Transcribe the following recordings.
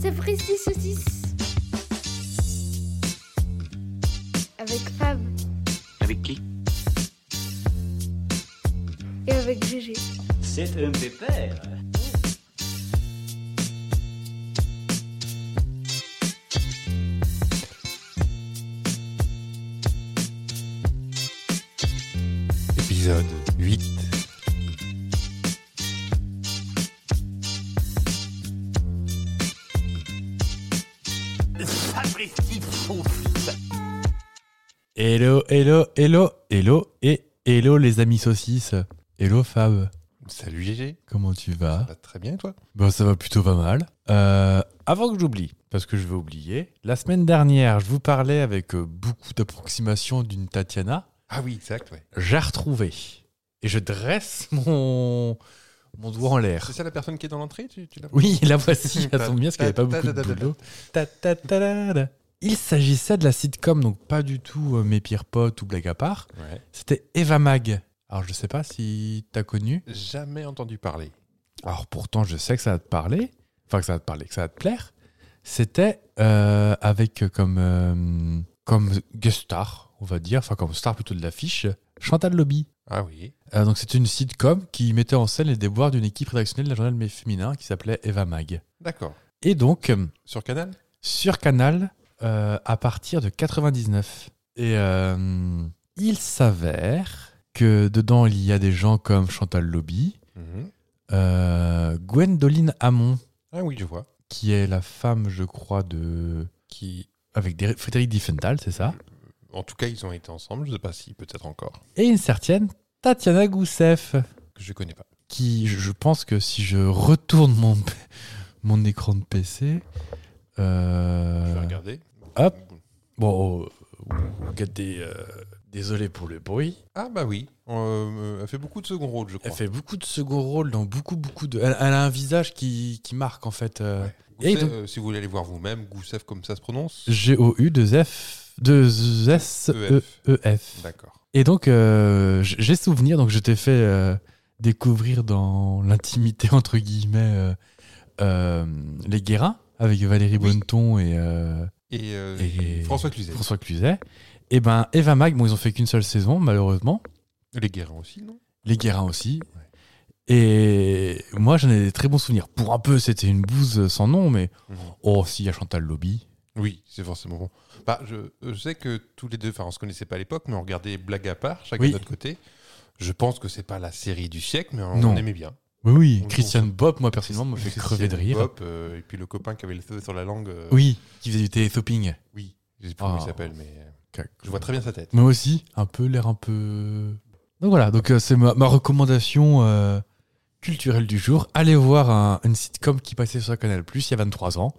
C'est Fristy Saucisse. Avec Fab Avec qui et avec Gégé. C'est un pépère. Épisode 8. Hello, hello, hello, hello et hello les amis saucisses. Hello Fab, Salut GG. comment tu vas Bah, très bien, et toi Bon, ça va plutôt pas mal. Euh, avant que j'oublie, parce que je vais oublier, la semaine dernière, je vous parlais avec euh, beaucoup d'approximations d'une Tatiana. Ah oui, exact, ouais. j'ai retrouvé. Et je dresse mon, mon doigt en l'air. C'est ça la personne qui est dans l'entrée tu, tu l'as Oui, la voici, elle tombe bien parce qu'il n'y avait pas beaucoup de boulot. Ta, ta, ta, da, da. Il s'agissait de la sitcom, donc pas du tout euh, Mes pires potes ou blague à part. Ouais. C'était Eva Mag. Alors je sais pas si t'as connu. Jamais entendu parler. Alors pourtant je sais que ça va te parler. Enfin que ça va te parler, que ça va te plaire. C'était euh, avec euh, comme, euh, comme guest star, on va dire, enfin comme star plutôt de l'affiche, Chantal Lobby. Ah oui. Euh, donc c'est une sitcom qui mettait en scène les déboires d'une équipe rédactionnelle de la journal mais féminin qui s'appelait Eva Mag. D'accord. Et donc euh, Sur Canal sur Canal euh, à partir de 99. Et euh, il s'avère que dedans il y a des gens comme Chantal Lobby, euh, Gwendoline Hamon Ah oui, je vois. qui est la femme je crois de Qui, avec des- Frédéric Diffenthal, c'est ça, en tout cas, ils ont été ensemble. Je sais pas si, peut-être encore. et une certaine Tatiana Gousseff. Que je connais pas. qui, je, je pense que si je retourne mon, p- mon écran de PC, euh, Je vais regarder. hop. bon, oh, regardez, euh, désolé pour le bruit, Ah bah oui. Euh, elle fait beaucoup de second rôle, je crois. elle fait beaucoup de second rôle dans beaucoup, beaucoup de. Elle, elle a un visage qui, qui marque en fait. euh, Ouais. Et Gousseff, donc- euh, si vous voulez aller voir vous-même, Gousseff, comme ça se prononce G-O-U 2 F 2 S E EF. E F. D'accord. Et donc euh, j- j'ai souvenir, donc je t'ai fait euh, découvrir dans l'intimité entre guillemets euh, euh, les Guérins avec Valérie Bonneton et euh, Et, euh, Et- François Cluzet. François Cluzet. Et ben Eva Mag, bon, ils ont fait qu'une seule saison, malheureusement. Les Guérins aussi, non Les Guérins aussi. Et moi, j'en ai des très bons souvenirs. Pour un peu, c'était une bouse sans nom, mais Mmh. oh, si, il y a Chantal Lobby. Oui, c'est forcément bon. Bah, je, je sais que tous les deux, enfin, on se connaissait pas à l'époque, mais on regardait Blague à part, chacun Oui. de notre côté. Je pense que c'est pas la série du siècle, mais on, Non. on aimait bien. Oui, oui, On- Christian Bob, moi, personnellement, me fait Christian crever de rire. Bob, euh, et puis le copain qui avait le feu sur la langue. euh, Oui, qui faisait du télé-shopping. Oui. Je sais plus comment Ah. il s'appelle, mais euh, je vois très bien sa tête. Moi aussi, un peu, l'air un peu. Donc voilà, donc euh, c'est ma, ma recommandation euh, culturelle du jour. Allez voir un, une sitcom qui passait sur Canal Plus il y a 23 ans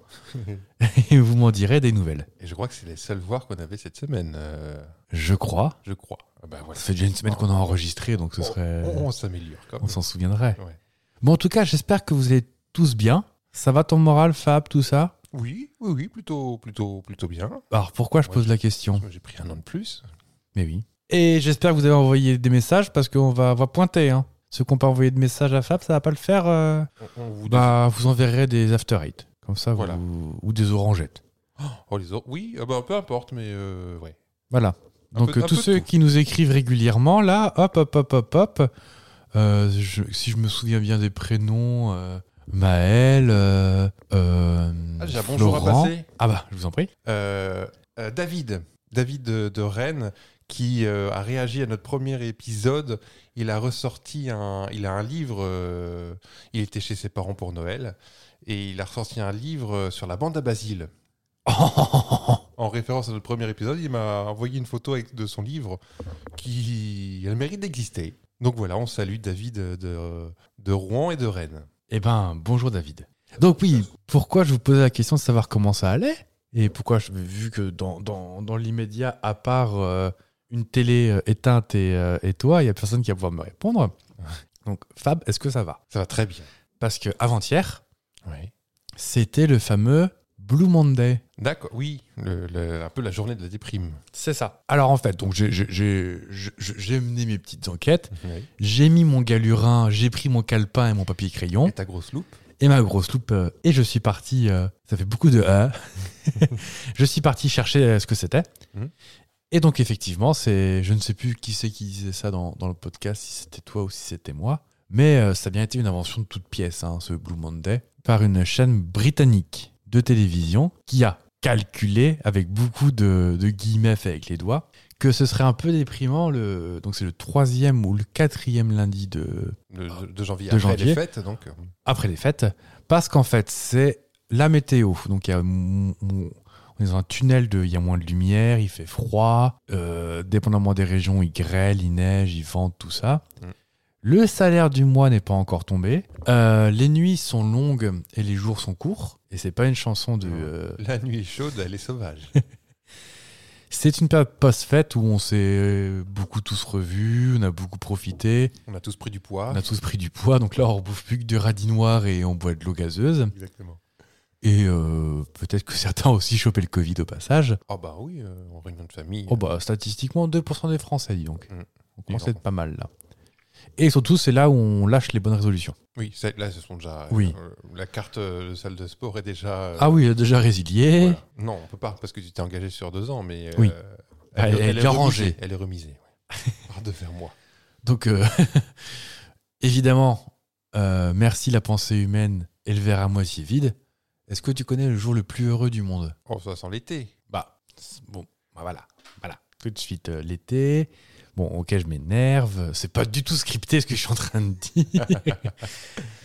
et vous m'en direz des nouvelles. Et je crois que c'est les seuls voir qu'on avait cette semaine, euh, Je crois. je crois. Ah bah voilà. Ça fait déjà une semaine qu'on a enregistré, donc ce On- serait. On, on s'améliore quand On même. s'en souviendrait. Ouais. Bon, en tout cas, j'espère que vous allez tous bien. Ça va ton moral, Fab, tout ça Oui, oui, oui, plutôt, plutôt, plutôt bien. Alors, pourquoi je Ouais. pose la question J'ai pris un an de plus. Mais oui. Et j'espère que vous avez envoyé des messages parce qu'on va, on va pointer. Hein. Ceux qui n'ont pas envoyé de messages à Fab, ça va pas le faire. euh, On, on vous Bah, vous enverrez des after eight Comme ça, Voilà. vous- ou des orangettes. Oh, les autres. Oui, ah bah, peu importe, mais euh, ouais. Voilà. Un Donc, peu- euh, un tous peu de ceux tout. qui nous écrivent régulièrement, là, hop, hop, hop, hop, hop. Euh, je- si je me souviens bien des prénoms, euh, Maël, euh, euh, Ah, j'ai un bonjour à Florent. passer. Ah bah, je vous en prie. Euh, euh, David, David de, de Rennes, qui euh, a réagi à notre premier épisode. Il a ressorti un, il a un livre. euh, il était chez ses parents pour Noël et il a ressorti un livre euh, sur la bande à Basile. En référence à notre premier épisode, il m'a envoyé une photo avec- de son livre qui a le mérite d'exister. Donc voilà, on salue David de, de Rouen et de Rennes. Eh ben, bonjour David. Donc oui, pourquoi je vous posais la question de savoir comment ça allait Et pourquoi, je, vu que dans, dans, dans l'immédiat, à part euh, une télé euh, éteinte et, euh, et toi, il n'y a personne qui va pouvoir me répondre. Donc Fab, est-ce que ça va Ça va très bien. Parce que avant-hier, c'était le fameux Blue Monday. D'accord, oui, le- le- un peu la journée de la déprime. C'est ça. Alors en fait, donc j'ai- j'ai- j'ai j'ai- j'ai mené mes petites enquêtes, j'ai mis mon galurin, j'ai pris mon calepin et mon papier crayon. Et ta grosse loupe. et ma grosse loupe. euh, et je suis parti, euh, ça fait beaucoup de A. je suis parti chercher euh, ce que c'était. Mhm. Et donc, effectivement, c'est, je ne sais plus qui c'est qui disait ça dans, dans le podcast, si c'était toi ou si c'était moi. Mais euh, ça a bien été une invention de toute pièce, hein, ce Blue Monday, par une chaîne britannique de télévision qui a calculé, avec beaucoup de, de guillemets faits avec les doigts, que ce serait un peu déprimant. Le, donc, c'est le troisième ou le quatrième lundi de, de, de janvier Ah. De après les janvier. fêtes. Donc, euh, après les fêtes, parce qu'en fait, c'est la météo. Donc, il y a, on on est dans un tunnel, de, il y a moins de lumière, il fait froid, euh, dépendamment des régions, il grêle, il neige, il vente, tout ça. Mm. Le salaire du mois n'est pas encore tombé. Euh, les nuits sont longues et les jours sont courts. Et c'est pas une chanson de. Mm. euh, la nuit est chaude, elle est sauvage. C'est une période post-fête où on s'est euh, beaucoup tous revus, on a beaucoup profité, On a tous pris du poids. on a tous pris du poids. Donc là, on bouffe plus que du radis noir et on boit de l'eau gazeuse. Exactement. Et euh, peut-être que certains ont aussi chopé le Covid au passage. Oh bah oui, euh, en réunion de famille. Oh bah, statistiquement, 2% des Français, dis donc. Mm. On commence à être pas mal là. Et surtout, c'est là où on lâche les bonnes résolutions. Oui, ça- là, ce sont déjà. Oui. euh, la carte euh, de salle de sport est déjà. euh, Ah oui, elle a déjà résilié. voilà. Non, on peut pas parce que tu t'es engagé sur deux ans, mais. euh, Oui. Bah, Elle est déjà remisée, rangée. Elle est remisée. ouais. Pardon, vers moi. Donc, euh, évidemment, euh, merci la pensée humaine et le verre à moitié vide. Est-ce que tu connais le jour le plus heureux du monde Oh, ça sent l'été. Bah, c'est- bon, bah voilà, voilà. Tout de suite, euh, l'été. Bon, ok, je m'énerve. C'est pas du tout scripté ce que je suis en train de dire.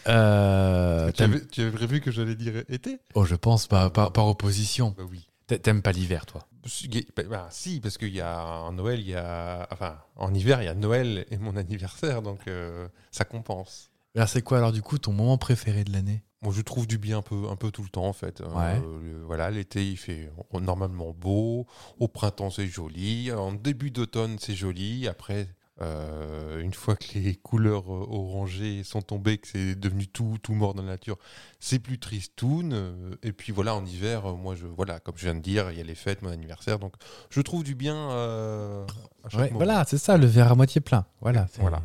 Euh, tu, t'as- avais, tu avais prévu que j'allais dire été Oh, je pense par, par, par opposition. Bah oui. T'a- T'aimes pas l'hiver, toi Si, gai- bah, bah, si, parce qu'il y a en Noël, il y a. Enfin, en hiver, il y a Noël et mon anniversaire, donc euh, ça compense. Alors, Ah, c'est quoi, alors, du coup, ton moment préféré de l'année Moi, je trouve du bien un peu, un peu tout le temps, en fait. Euh, Ouais. le- voilà, l'été, il fait euh, normalement beau. Au printemps, c'est joli. En début d'automne, c'est joli. Après, euh, une fois que les couleurs euh, orangées sont tombées, que c'est devenu tout, tout mort dans la nature, c'est plus tristoun. Euh, Et puis voilà, en hiver, euh, moi, je, voilà, comme je viens de dire, il y a les fêtes, mon anniversaire. Donc, je trouve du bien euh, à chaque Ouais, moment. Voilà, c'est ça, le verre à moitié plein. Voilà. c'est- Voilà.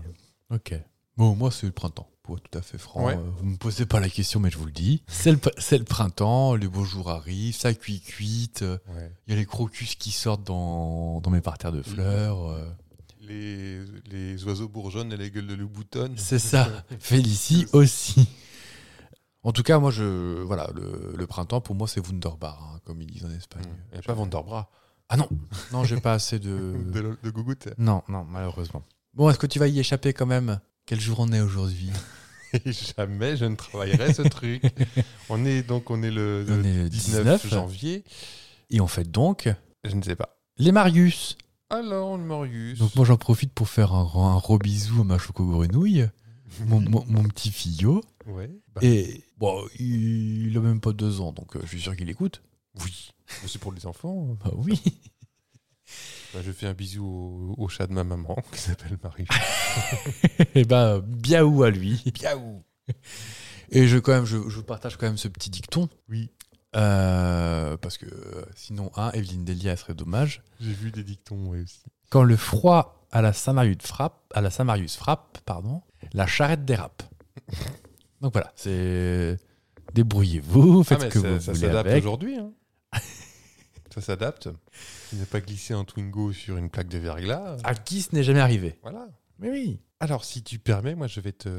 Ok. Bon, moi, c'est le printemps. Pour être tout à fait franc, Ouais. euh, vous me posez pas la question, mais je vous le dis. C'est le, pr- c'est le printemps, les beaux jours arrivent, ça cuit cuite. euh, Ouais. Il y a les crocus qui sortent dans, dans mes parterres de fleurs. euh. Les, les oiseaux bourgeonnent et les gueules de loup boutonnent. C'est ça. Félicie aussi. En tout cas, moi, je voilà, le, le printemps, pour moi, c'est Wunderbar, hein, comme ils disent en Espagne. Il n'y a pas Vanderbra Ah non, non, j'ai pas assez de... de, de Gougoute. Non, non, malheureusement. Bon, est-ce que tu vas y échapper quand même Quel jour on est aujourd'hui Et jamais je ne travaillerai ce truc. On est donc on est le, On le est le 19, 19. janvier. Et on fête donc Je ne sais pas. les Marius. Alors le Marius. Donc moi, j'en profite pour faire un, un gros bisou à ma choco-grenouille, mon, mon- mon petit fillot. ouais. Bah, Et bon, il, il a même pas deux ans, donc euh, je suis sûr qu'il écoute. Oui. Mais C'est pour les enfants. Bah oui. Bah, je fais un bisou au, au chat de ma maman qui s'appelle Marius. Et ben, biaou à lui. Piaou. Et je, quand même, je, je vous partage quand même ce petit dicton. Oui. Euh, parce que euh, sinon, un, Evelyne Delia, elle serait dommage. J'ai vu des dictons ouais, aussi. Quand le froid à la Saint-Marius frappe, à la Saint-Marius frappe, pardon, la charrette dérape. Donc voilà, c'est débrouillez-vous, faites ah ce mais que ça, vous ça voulez s'adapte avec. aujourd'hui. hein. ça s'adapte. Tu n'as pas glissé un Twingo sur une plaque de verglas. À qui ce n'est jamais arrivé Voilà. Mais oui. Alors, si tu permets, moi, je vais te.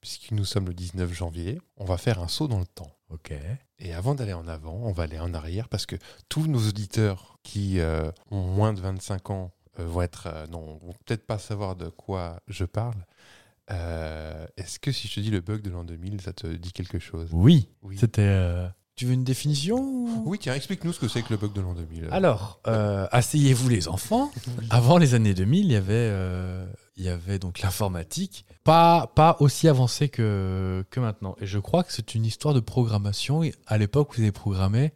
Puisque nous sommes le 19 janvier, on va faire un saut dans le temps. Ok. Et avant d'aller en avant, on va aller en arrière parce que tous nos auditeurs qui euh, ont moins de 25 ans euh, vont être. euh, non, vont peut-être pas savoir de quoi je parle. Euh, Est-ce que si je te dis le bug de l'an 2000, ça te dit quelque chose Oui. Oui. C'était. euh, Tu veux une définition ou- Oui, tiens, explique-nous ce que c'est que le bug de l'an 2000. Alors, euh, asseyez-vous les enfants. Avant les années 2000, il y avait, euh, il y avait donc l'informatique, pas, pas aussi avancée que, que maintenant. Et je crois que c'est une histoire de programmation. Et À l'époque où ils avaient programmé,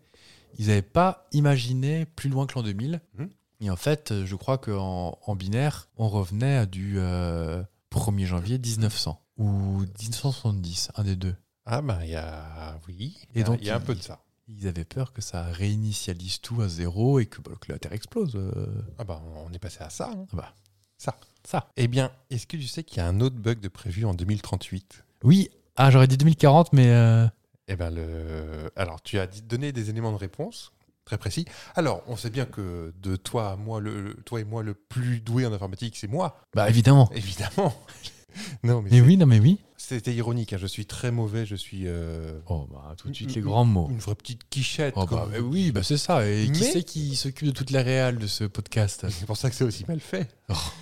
ils n'avaient pas imaginé plus loin que l'an 2000. Mhm. Et en fait, euh, je crois qu'en en binaire, on revenait à du euh, 1er janvier 1900 ou 1970, un des deux. Ah, ben, il y a. Oui. Et il y a- donc, il y a un il- peu de ça. Ils avaient peur que ça réinitialise tout à zéro et que, bah, que la Terre explose. euh. Ah, ben, on est passé à ça. hein. Ah bah. Ça. Ça. Eh bien, est-ce que tu sais qu'il y a un autre bug de prévu en 2038 Oui, Ah, j'aurais dit 2040, mais. euh, Eh ben le... Alors, tu as dit- donné des éléments de réponse très précis. Alors, on sait bien que de toi à moi, le, le- toi et moi, le plus doué en informatique, c'est moi, Bah, évidemment. évidemment. non, mais, Mais c'est- oui, non, mais oui. c'était ironique. hein. Je suis très mauvais. Je suis euh, Oh, bah, tout de suite, Mm, les mm, grands mots. une vraie petite quichette. Oh, bah, comme- euh, oui, bah, c'est ça. Et qui Mais- c'est qui s'occupe de toute la réale de ce podcast C'est pour ça que c'est aussi mal fait. bah. Oh.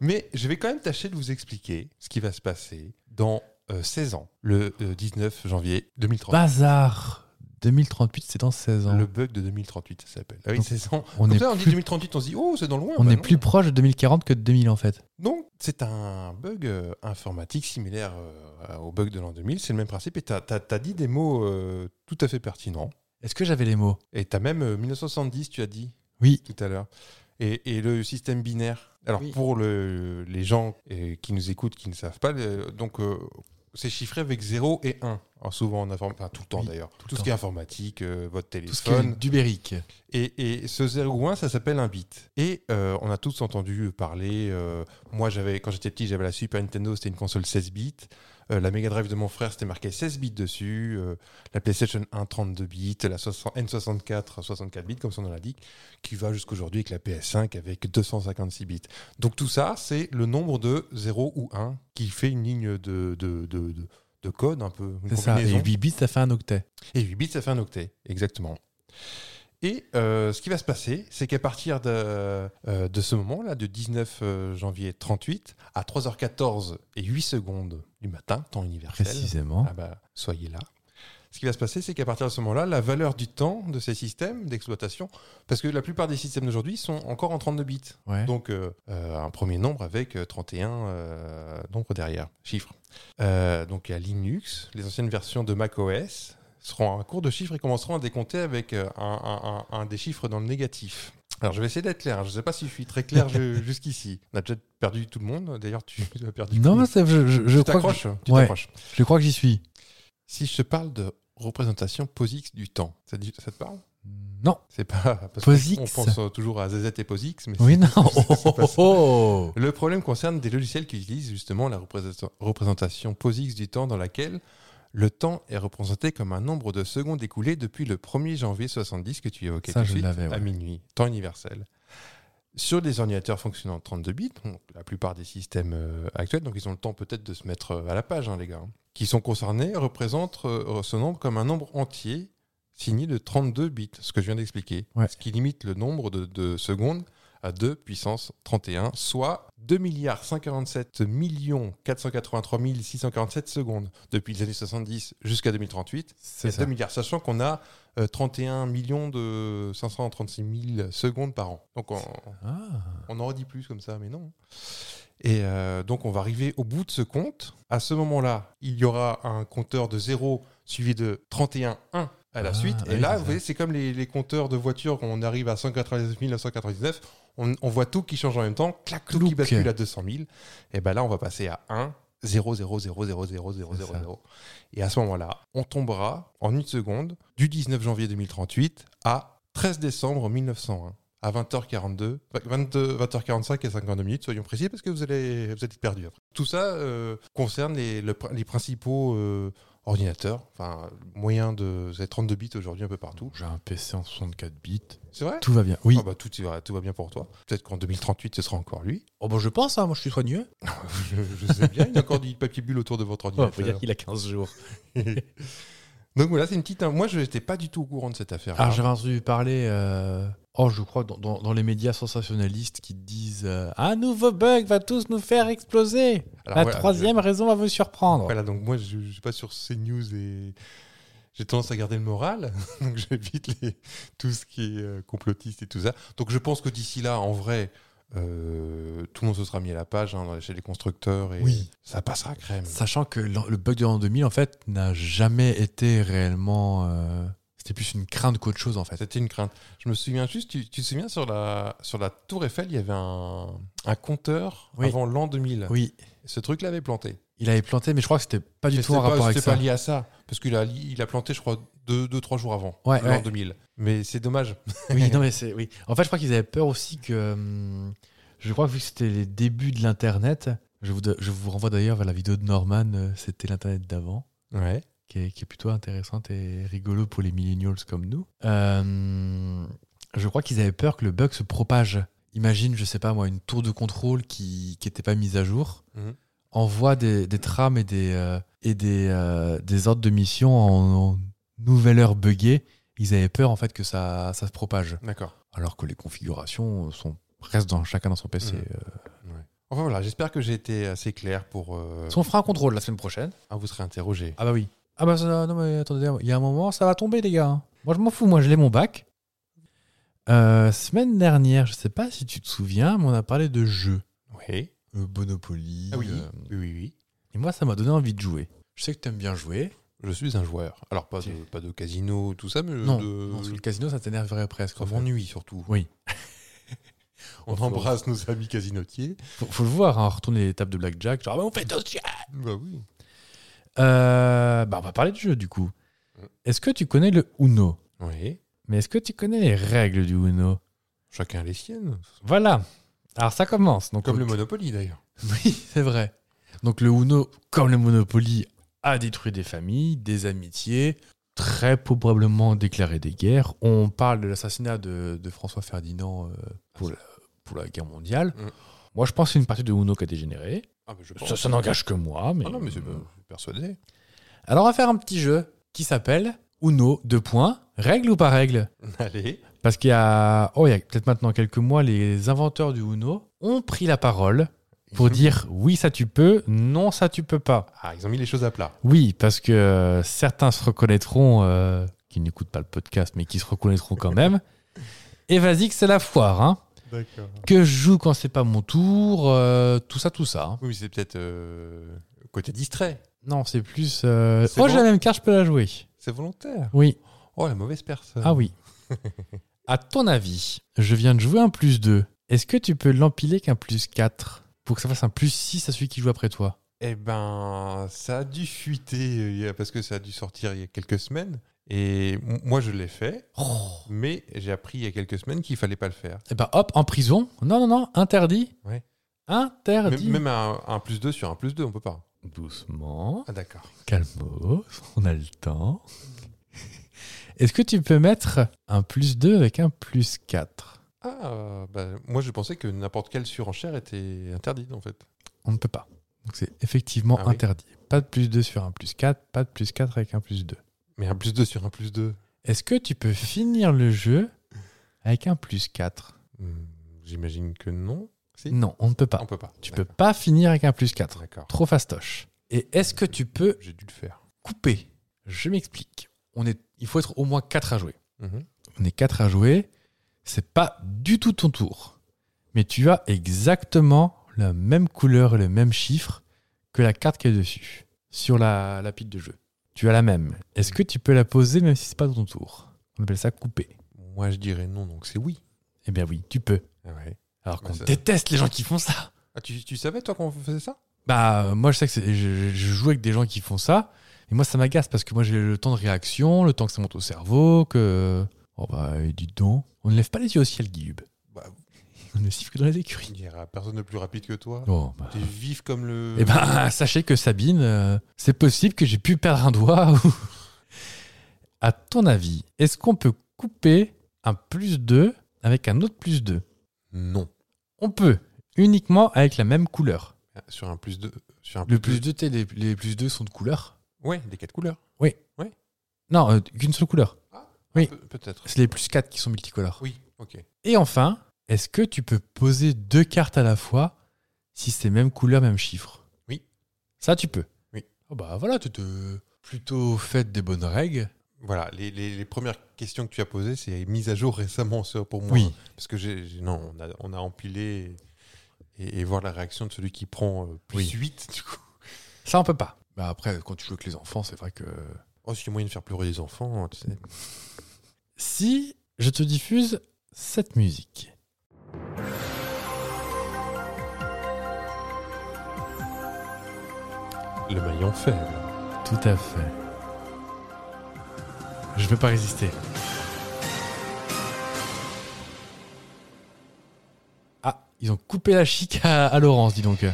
Mais je vais quand même tâcher de vous expliquer ce qui va se passer dans euh, 16 ans, le euh, 19 janvier 2038. Bazar 2038, c'est dans 16 ans. le bug de 2038, ça s'appelle. Ah oui, Donc, 16 ans. On Comme est, ça, on dit plus, 2038, on se dit, oh, c'est dans le loin. on Bah est non. plus proche de 2040 que de 2000, en fait. Donc, c'est un bug euh, informatique similaire euh, au bug de l'an 2000. C'est le même principe. Et tu as, dit des mots euh, tout à fait pertinents. Est-ce que j'avais les mots Et tu as même euh, 1970, tu as dit Oui. tout à l'heure. Et, et le système binaire. Alors, Oui. pour le- les gens euh, qui nous écoutent, qui ne savent pas, le- donc. euh, c'est chiffré avec 0 et 1, Alors, souvent en inform- enfin, tout le temps Oui, d'ailleurs. Tout, le ce temps. qui est informatique, euh, votre Tout ce qui est téléphone. dubérique. Et, et ce 0 ou 1, ça s'appelle un bit. Et euh, on a tous entendu parler. euh, moi, j'avais quand j'étais petit, j'avais la Super Nintendo, c'était une console 16 bits. Euh, la Mega Drive de mon frère, c'était marqué 16 bits dessus. Euh, la PlayStation 1, 32 bits. La 60 N64, 64 bits, comme son nom l'indique, qui va jusqu'aujourd'hui avec la PS5 avec 256 bits. Donc tout ça, c'est le nombre de 0 ou 1 qui fait une ligne de, de, de, de- de code un peu. une C'est ça. Et combinaison. 8 bits, ça fait un octet. Et 8 bits, ça fait un octet, exactement. Et euh, ce qui va se passer, c'est qu'à partir de, euh, de ce moment-là, de 19 euh, janvier 38, à 3h14 et 8 secondes du matin, temps universel, Précisément. ah bah, soyez là. Ce qui va se passer, c'est qu'à partir de ce moment-là, la valeur du temps de ces systèmes d'exploitation, parce que la plupart des systèmes d'aujourd'hui sont encore en 32 bits, Ah, Ouais. donc euh, euh, un premier nombre avec euh, 31 euh, nombres derrière, chiffres. Euh, donc à Linux, les anciennes versions de macOS seront un cours de chiffres et commenceront à décompter avec euh, un, un- un- un des chiffres dans le négatif. Alors je vais essayer d'être clair, hein. je ne sais pas si je suis très clair ju- jusqu'ici. On a déjà perdu tout le monde, d'ailleurs tu as perdu. non, mais mais ça- je, je- je tu crois que, t'accroches. tu Ouais. t'accroches. je crois que j'y suis. Si je te parle de représentation POSIX du temps, ça te, dit- ça te parle Non. C'est pas parce POSIX. qu'on pense euh, toujours à ZZ et POSIX, mais Oui, c'est- non. c'est pas ça. Oh. Le problème concerne des logiciels qui utilisent justement la représenta- représentation POSIX du temps dans laquelle le temps est représenté comme un nombre de secondes écoulées depuis le 1er janvier 70 que tu évoquais Ça, tout de je suite, l'avais, ouais. à minuit, temps universel. Sur des ordinateurs fonctionnant en 32 bits, donc la plupart des systèmes euh, actuels, donc ils ont le temps peut-être de se mettre euh, à la page, hein, les gars, hein, qui sont concernés, représentent euh, ce nombre comme un nombre entier signé de 32 bits, ce que je viens d'expliquer, Ouais. ce qui limite le nombre de, de secondes à 2 puissance 31, soit 2 milliards 547 millions 483 647 secondes depuis les années 70 jusqu'à 2038. C'est C'est ça. 2 milliards, sachant qu'on a euh, 31 millions de 536 000 secondes par an. Donc on, Ah. on en redit plus comme ça, mais non. Et euh, donc on va arriver au bout de ce compte. À ce moment-là, il y aura un compteur de 0 suivi de 31 1 à la Ah, suite. Et ouais, c'est là, vous ça. voyez, c'est comme les, les compteurs de voitures, quand on arrive à 199 999, on, on voit tout qui change en même temps, clac, tout qui Clouc. bascule à 200 000. Et ben là, on va passer à 1 0 0 0 0 0 0 C'est 0 ça. 0. Et à ce moment-là, on tombera en une seconde du 19 janvier 2038 à 13 décembre 1901 à 20h42, 22, 20h45 et 52 minutes, soyons précis, parce que vous allez, vous allez être perdu après. Tout ça euh, concerne les, le pr- les principaux euh, ordinateurs, enfin, moyens de... Vous avez 32 bits aujourd'hui un peu partout. J'ai un PC en 64 bits. C'est vrai Tout va bien. Oui. Ah bah, tout, va, tout va bien pour toi. Peut-être qu'en 2038, ce sera encore lui. Oh, bah, je pense, hein, moi, je suis soigneux. je, je sais bien, il y a encore du papier bulle autour de votre On ordinateur. peut dire qu'il bah, a 15 jours. Donc voilà, c'est une petite... Moi, je n'étais pas du tout au courant de cette affaire. Alors j'avais Ah, entendu parler, euh, oh je crois, dans, dans- dans les médias sensationnalistes qui disent euh, Un nouveau bug va tous nous faire exploser Alors, La voilà, troisième raison va vous surprendre Voilà, donc moi, je ne suis pas sur CNews et j'ai tendance à garder le moral, donc j'évite les- tout ce qui est euh, complotiste et tout ça. Donc je pense que d'ici là, en vrai, euh, tout le monde se sera mis à la page hein, dans- chez les constructeurs et Oui. ça passera crème. Sachant que l'an- le bug de l'an 2000, en fait, n'a jamais été réellement... euh, C'était plus une crainte qu'autre chose, en fait. C'était une crainte. Je me souviens juste, tu, tu te souviens sur la, sur la Tour Eiffel, il y avait un, un compteur Oui. avant l'an 2000. Oui, Ce truc l'avait planté. il avait planté, mais je crois que c'était pas du Mais tout en c'était pas- rapport avec c'était ça. pas lié à ça, parce qu'il a, il a planté, je crois, 2-3 deux, deux, trois jours avant Ouais, l'an ouais. 2000. Mais c'est dommage. Oui, non, mais c'est. Oui. En fait, je crois qu'ils avaient peur aussi que. hum, Je crois que vu que c'était les débuts de l'Internet, je vous, je vous renvoie d'ailleurs vers la vidéo de Norman, euh, c'était l'Internet d'avant. Ouais. qui est, qui est plutôt intéressante et rigolo pour les millennials comme nous. Euh, je crois qu'ils avaient peur que le bug se propage. Imagine, je sais pas moi, une tour de contrôle qui n'était pas mise à jour, Mhm. envoie des, des trames et des, euh, et des, euh, des ordres de mission en, en nouvelle heure buggée. Ils avaient peur en fait que ça, ça se propage. D'accord. Alors que les configurations sont restent dans chacun dans son PC. Mhm. Euh, Enfin voilà, j'espère que j'ai été assez clair pour. euh, on fera un contrôle la semaine prochaine. Ah, vous serez interrogé. Ah bah oui. Ah bah ça, non mais attendez, il y a un moment, ça va tomber les gars. hein. Moi je m'en fous, moi je l'ai mon bac. Euh, semaine dernière, je sais pas si tu te souviens, mais on a parlé de jeux. Oui. Euh, Monopoly. Ah oui. euh, Oui, oui, oui. et moi ça m'a donné envie de jouer. Je sais que t'aimes bien jouer. Je suis un joueur. Alors, pas de, pas de casino, tout ça, mais Non, de. non, sur le casino ça t'énerverait presque. ça en fait. m'ennuie surtout. Oui. On Faut- embrasse nos amis casinotiers. Faut, faut le voir, hein, retourner les tables de blackjack, genre Ah bah, on fait deux tiers. Bah oui. Euh, bah on va parler de jeux du coup. Mm. Est-ce que tu connais le Uno Oui. Mais est-ce que tu connais les règles du Uno Chacun les siennes. Voilà. Alors ça commence. Donc Comme au- le Monopoly d'ailleurs. Oui, c'est vrai. Donc le Uno, comme le Monopoly, a détruit des familles, des amitiés, très probablement déclaré des guerres. On parle de l'assassinat de, de François Ferdinand euh, pour, la, pour la guerre mondiale. Mm. Moi, je pense que c'est une partie de Uno qui a dégénéré. Ah, mais je Ça, ça n'engage que moi. Mais... Ah non, mais c'est pas- je suis persuadé. Alors, on va faire un petit jeu qui s'appelle Uno, deux points, règle ou pas règle Allez. Parce qu'il y a, oh, il y a peut-être maintenant quelques mois, les inventeurs du Uno ont pris la parole pour dire oui, ça tu peux, non, ça tu peux pas. Ah, ils ont mis les choses à plat. Oui, parce que euh, certains se reconnaîtront, euh, qui n'écoutent pas le podcast, mais qui se reconnaîtront quand même. Et vas-y que c'est la foire, hein. D'accord. Que je joue quand c'est pas mon tour, euh, tout ça, tout ça. hein. Oui, mais c'est peut-être euh, côté distrait. Non, c'est plus. euh, C'est Oh, bon j'ai la même carte, je peux la jouer. C'est volontaire. Oui. Oh, la mauvaise personne. Ah oui. à ton avis, je viens de jouer un plus 2. Est-ce que tu peux l'empiler qu'un plus 4 pour que ça fasse un plus 6 à celui qui joue après toi Eh ben, ça a dû fuiter euh, il y a- parce que ça a dû sortir il y a quelques semaines. Et m- moi, je l'ai fait, mais j'ai appris il y a quelques semaines qu'il fallait pas le faire. Et bah hop, en prison. Non, non, non, interdit. Ouais. Mais- Interdit. même un, un plus 2 sur un plus 2, on peut pas. Doucement. Ah, d'accord. Calmos, on a le temps. Est-ce que tu peux mettre un plus 2 avec un plus 4 Ah, euh, bah, moi, je pensais que n'importe quelle surenchère était interdite, en fait. On ne peut pas. Donc c'est effectivement Ah oui. interdit. Pas de plus 2 sur un plus 4, pas de plus 4 avec un plus 2. Mais un plus 2 sur un plus 2, Est-ce que tu peux finir le jeu avec un plus 4 Hmm, j'imagine que non. Si Non, on ne peut On pas. peut pas. Tu peux pas finir avec un plus 4. D'accord. Trop fastoche. Et est-ce que tu peux J'ai dû le faire. couper Je m'explique. On est... Il faut être au moins 4 à jouer. Mhm. on est quatre à jouer, c'est pas du tout ton tour. Mais tu as exactement la même couleur et le même chiffre que la carte qui est dessus, sur la, la pile de jeu. Tu as la même. Est-ce que tu peux la poser même si c'est pas ton tour On appelle ça couper. Moi, je dirais non, donc c'est oui. Eh bien oui, tu peux. Ah, ouais. Alors qu'on Mais ça- déteste les gens qui font ça. Ah, tu, tu savais, toi, qu'on faisait ça Bah euh, moi je sais que c'est- je, je- je joue avec des gens qui font ça et moi ça m'agace parce que moi j'ai le temps de réaction, le temps que ça monte au cerveau, que oh bah et dites donc, on ne lève pas les yeux au ciel, Guillaume. Bah, On ne siffle que dans les écuries. Il n'y aura personne de plus rapide que toi. Oh, bah. T'es vif comme le. Eh ben, sachez que Sabine, euh, c'est possible que j'ai pu perdre un doigt. ou- à ton avis, est-ce qu'on peut couper un plus 2 avec un autre plus 2 Non. On peut, uniquement avec la même couleur. Sur un plus 2. Sur un Le plus 2, tu sais, les, les plus 2 sont de couleur Ouais, des quatre couleurs. Non, euh, qu'une seule couleur. Oui. Pe- Peut-être. C'est les plus 4 qui sont multicolores. Oui, ok. Et enfin, est-ce que tu peux poser deux cartes à la fois si c'est même couleur, même chiffre Oui. Ça, tu peux. Oui. Oh bah voilà, tu te plutôt faites des bonnes règles. Voilà, les, les- les premières questions que tu as posées, c'est mise à jour récemment ça, pour moi. Oui. Parce que j'ai. j'ai- Non, on a, on a empilé et, et voir la réaction de celui qui prend euh, plus Oui. 8, du coup. Ça, on peut pas. Bah après, quand tu joues avec les enfants, c'est vrai que. Oh, c'est moyen de faire pleurer les enfants, hein, tu sais. Si je te diffuse cette musique. Le maillon faible. Tout à fait. Je vais pas résister. Ah, ils ont coupé la chic à, à Laurence, dis donc.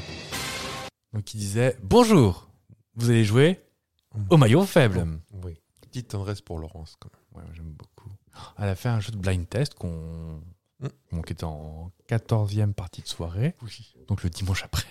Donc il disait Bonjour, vous allez jouer au maillot faible. Oui. Petite tendresse pour Laurence, quand même. Ouais, j'aime beaucoup. Elle a fait un jeu de blind test qu'on. Mm. bon, qui était en 14e partie de soirée, donc le dimanche après.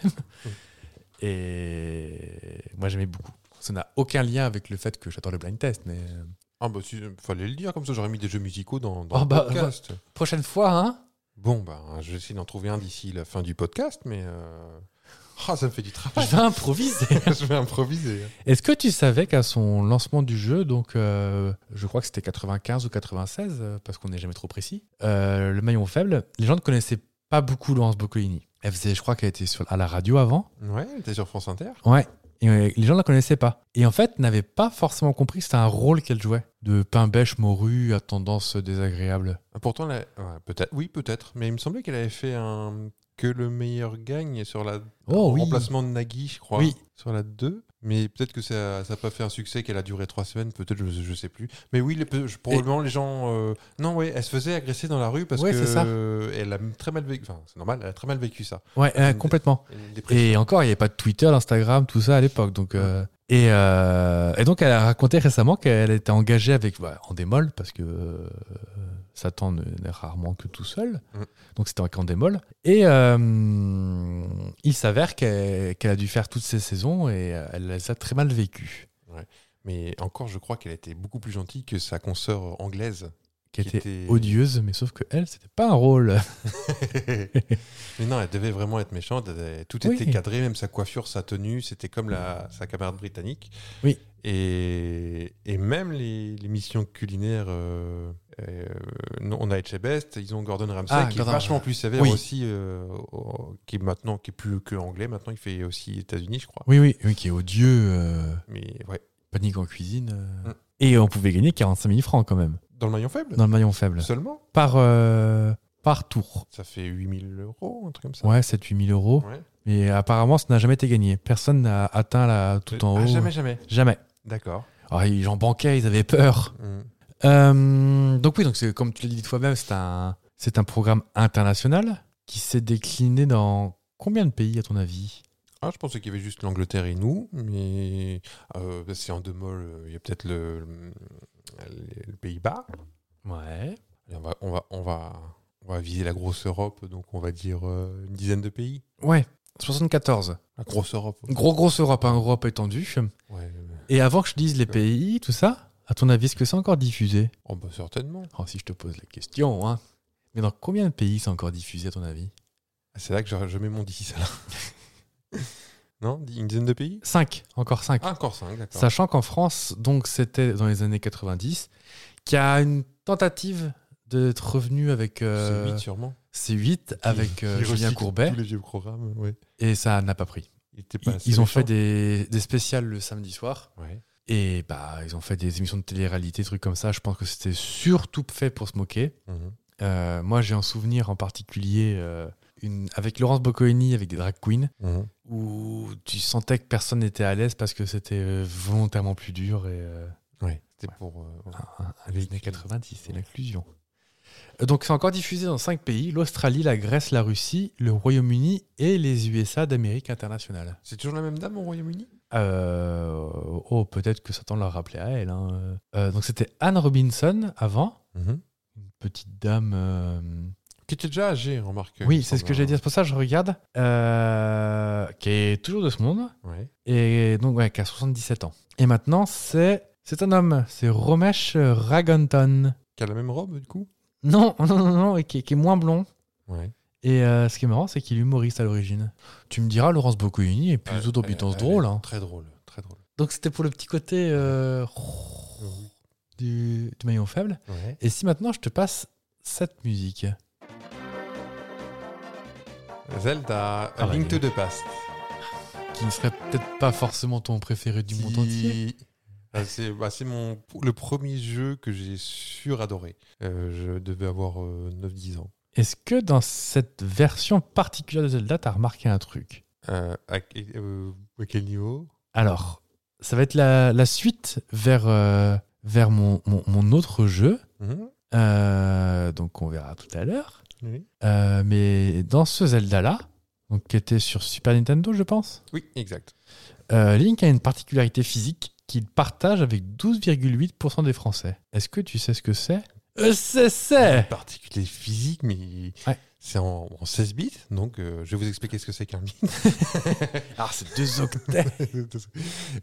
Et moi, j'aimais beaucoup. Ça n'a aucun lien avec le fait que j'adore le blind test, mais. euh, Ah, bah, si, fallait le dire, comme ça, j'aurais mis des jeux musicaux dans, dans Ah, le bah, podcast. Prochaine fois, hein Bon, bah, je vais essayer d'en trouver un d'ici la fin du podcast, mais. euh, Ah, ça me fait du Je travail. vais improviser. je vais improviser. Est-ce que tu savais qu'à son lancement du jeu, donc euh, je crois que c'était 95 ou 96, euh, parce qu'on n'est jamais trop précis, euh, le maillon faible, les gens ne connaissaient pas beaucoup Laurence Boccolini. Elle faisait, je crois qu'elle était sur, à la radio avant. Ouais, t'es sur France Inter Ouais. Et euh, les gens ne la connaissaient pas. Et en fait, n'avaient pas forcément compris que c'était un rôle qu'elle jouait. De pain bêche morue à tendance désagréable. Ah, Pourtant, la- ouais, peut-être. Oui, peut-être. Mais il me semblait qu'elle avait fait un que le meilleur gagne sur la Oh, en oui. remplacement de Nagui, je crois, Oui. sur la 2. Mais peut-être que ça n'a pas fait un succès, qu'elle a duré trois semaines, peut-être, je, je sais plus. Mais oui, les- peu- je- probablement les gens. euh, Non, ouais, elle se faisait agresser dans la rue parce Ouais, que c'est ça. euh, elle a très mal vécu. Enfin, c'est normal, elle a très mal vécu ça. Ouais, euh, Une- complètement. Une dépression. Et encore, il n'y avait pas de Twitter, d'Instagram, tout ça à l'époque. Donc, euh, et, euh, et donc, elle a raconté récemment qu'elle était engagée avec, bah, en démol, parce que euh, Satan ne- n'est rarement que tout seul. Mm. Donc, c'était en démol. Et euh, il s'avère qu'elle qu'elle a dû faire toutes ces saisons et euh, elle les a très mal vécues. Mais encore, je crois qu'elle était beaucoup plus gentille que sa consoeur anglaise. Qui Qui était, était- odieuse, mais sauf que elle, c'était pas un rôle. Mais non, elle devait vraiment être méchante. elle avait- Tout Oui. était cadré, même sa coiffure, sa tenue, c'était comme la, sa camarade britannique. Oui. Et, et même les, les missions culinaires, euh, euh, non, on a Etchebest, ils ont Gordon Ramsay, Ah, qui Gordon est vachement Ramsay. plus sévère Oui. aussi, euh, au- qui est maintenant, qui est plus que anglais, maintenant il fait aussi États-Unis, je crois. Oui, oui, oui, qui est odieux, euh, Mais ouais, panique en cuisine. euh. Mm. Et on pouvait gagner 45 000 francs quand même, dans le maillon faible dans le maillon faible. seulement, par, euh, par tour. ça fait 8000 euros, un truc comme ça. Ouais, 7-8 000 euros. Ouais. Mais apparemment, ça n'a jamais été gagné. Personne n'a atteint la tout en Ah, haut. Jamais, jamais. Jamais. D'accord. Alors, ils en banquaient, ils avaient peur. Mm. Euh, donc oui, donc c'est- comme tu l'as dit toi-même, c'est un, c'est un programme international qui s'est décliné dans combien de pays, à ton avis Ah, je pensais qu'il y avait juste l'Angleterre et nous, mais euh, bah, c'est en deux mots, euh, il y a peut-être le, le- le Pays-Bas. Ouais. Allez, On va, on, va, on, va, on va viser la grosse Europe, donc on va dire euh, une dizaine de pays. Ouais, 74. La grosse Europe. Gros, grosse Europe, hein, Europe étendue. Ouais. euh, Et avant que je dise les pays, tout ça, à ton avis, est-ce que c'est encore diffusé Oh, bah, certainement. Oh, si je te pose la question, hein. Mais dans combien de pays c'est encore diffusé, à ton avis Ah, C'est là que je, je mets mon 10, là. non dix- Une dizaine de pays 5, encore 5. Ah, encore 5, d'accord. Sachant qu'en France, donc c'était dans les années 90, qu'il y a une tentative d'être revenu avec euh, C'est 8 sûrement. C8 avec euh, Ils Julien recyclent Courbet, Tous Bah, les vieux programmes, ouais. et ça n'a pas pris. Ils, étaient pas Ils, assez ils ont fait méchants. des, des spéciales le samedi soir, Ouais. et bah ils ont fait des émissions de télé-réalité, trucs comme ça. Je pense que c'était surtout fait pour se moquer. Mhm. Euh, moi, j'ai un souvenir en particulier euh, une, avec Laurence Boccoini, avec des drag queens, Mhm. où tu sentais que personne n'était à l'aise parce que c'était euh, volontairement plus dur et... euh, Ouais. C'était pour. euh, ouais. les années 90, c'est l'inclusion. Euh, Donc c'est encore diffusé dans cinq pays, l'Australie, la Grèce, la Russie, le Royaume-Uni et les USA d'Amérique internationale. C'est toujours la même dame au Royaume-Uni Euh, oh, peut-être que Satan l'a rappelé à elle. hein. Euh, donc c'était Anne Robinson avant, Mhm. une petite dame... euh, Qui était déjà âgé, remarque. il Oui, me c'est ce semble, que j'ai hein. dit, c'est pour ça que je regarde. Euh, Qui est toujours de ce monde, hein. Ouais. et donc ouais, qui a 77 ans. Et maintenant c'est... C'est un homme, c'est Romesh Raganton. Qui a la même robe, du coup Non, non, non, non, et qui, qui est moins blond. Ouais. Et euh, ce qui est marrant, c'est qu'il est humoriste à l'origine. Tu me diras, Laurence Boccolini est plutôt d'obédience drôle. hein. Très drôle, très drôle. Donc c'était pour le petit côté euh, du, du maillon faible. Ouais. Et si maintenant je te passe cette musique Zelda, Ah, A Link bah, to the Past. qui ne serait peut-être pas forcément ton préféré du monde entier. Qui- Ah, C'est bah, c'est mon le premier jeu que j'ai suradoré. Euh, je devais avoir euh, 9-10 ans. Est-ce que dans cette version particulière de Zelda, t'as remarqué un truc Euh, à, que- euh, à quel niveau Alors, ça va être la, la suite vers, euh, vers mon, mon- mon autre jeu. Mhm. Euh, donc on verra tout à l'heure. oui. Euh, mais dans ce Zelda-là, donc qui était sur Super Nintendo, je pense, oui, exact. euh, Link a une particularité physique qu'il partage avec 12,8% des Français. Est-ce que tu sais ce que c'est ECC Particulier physique, mais Eh. Ouais. c'est en, en 16 bits, donc euh, je vais vous expliquer ce que c'est qu'un bit. Ah, c'est deux octets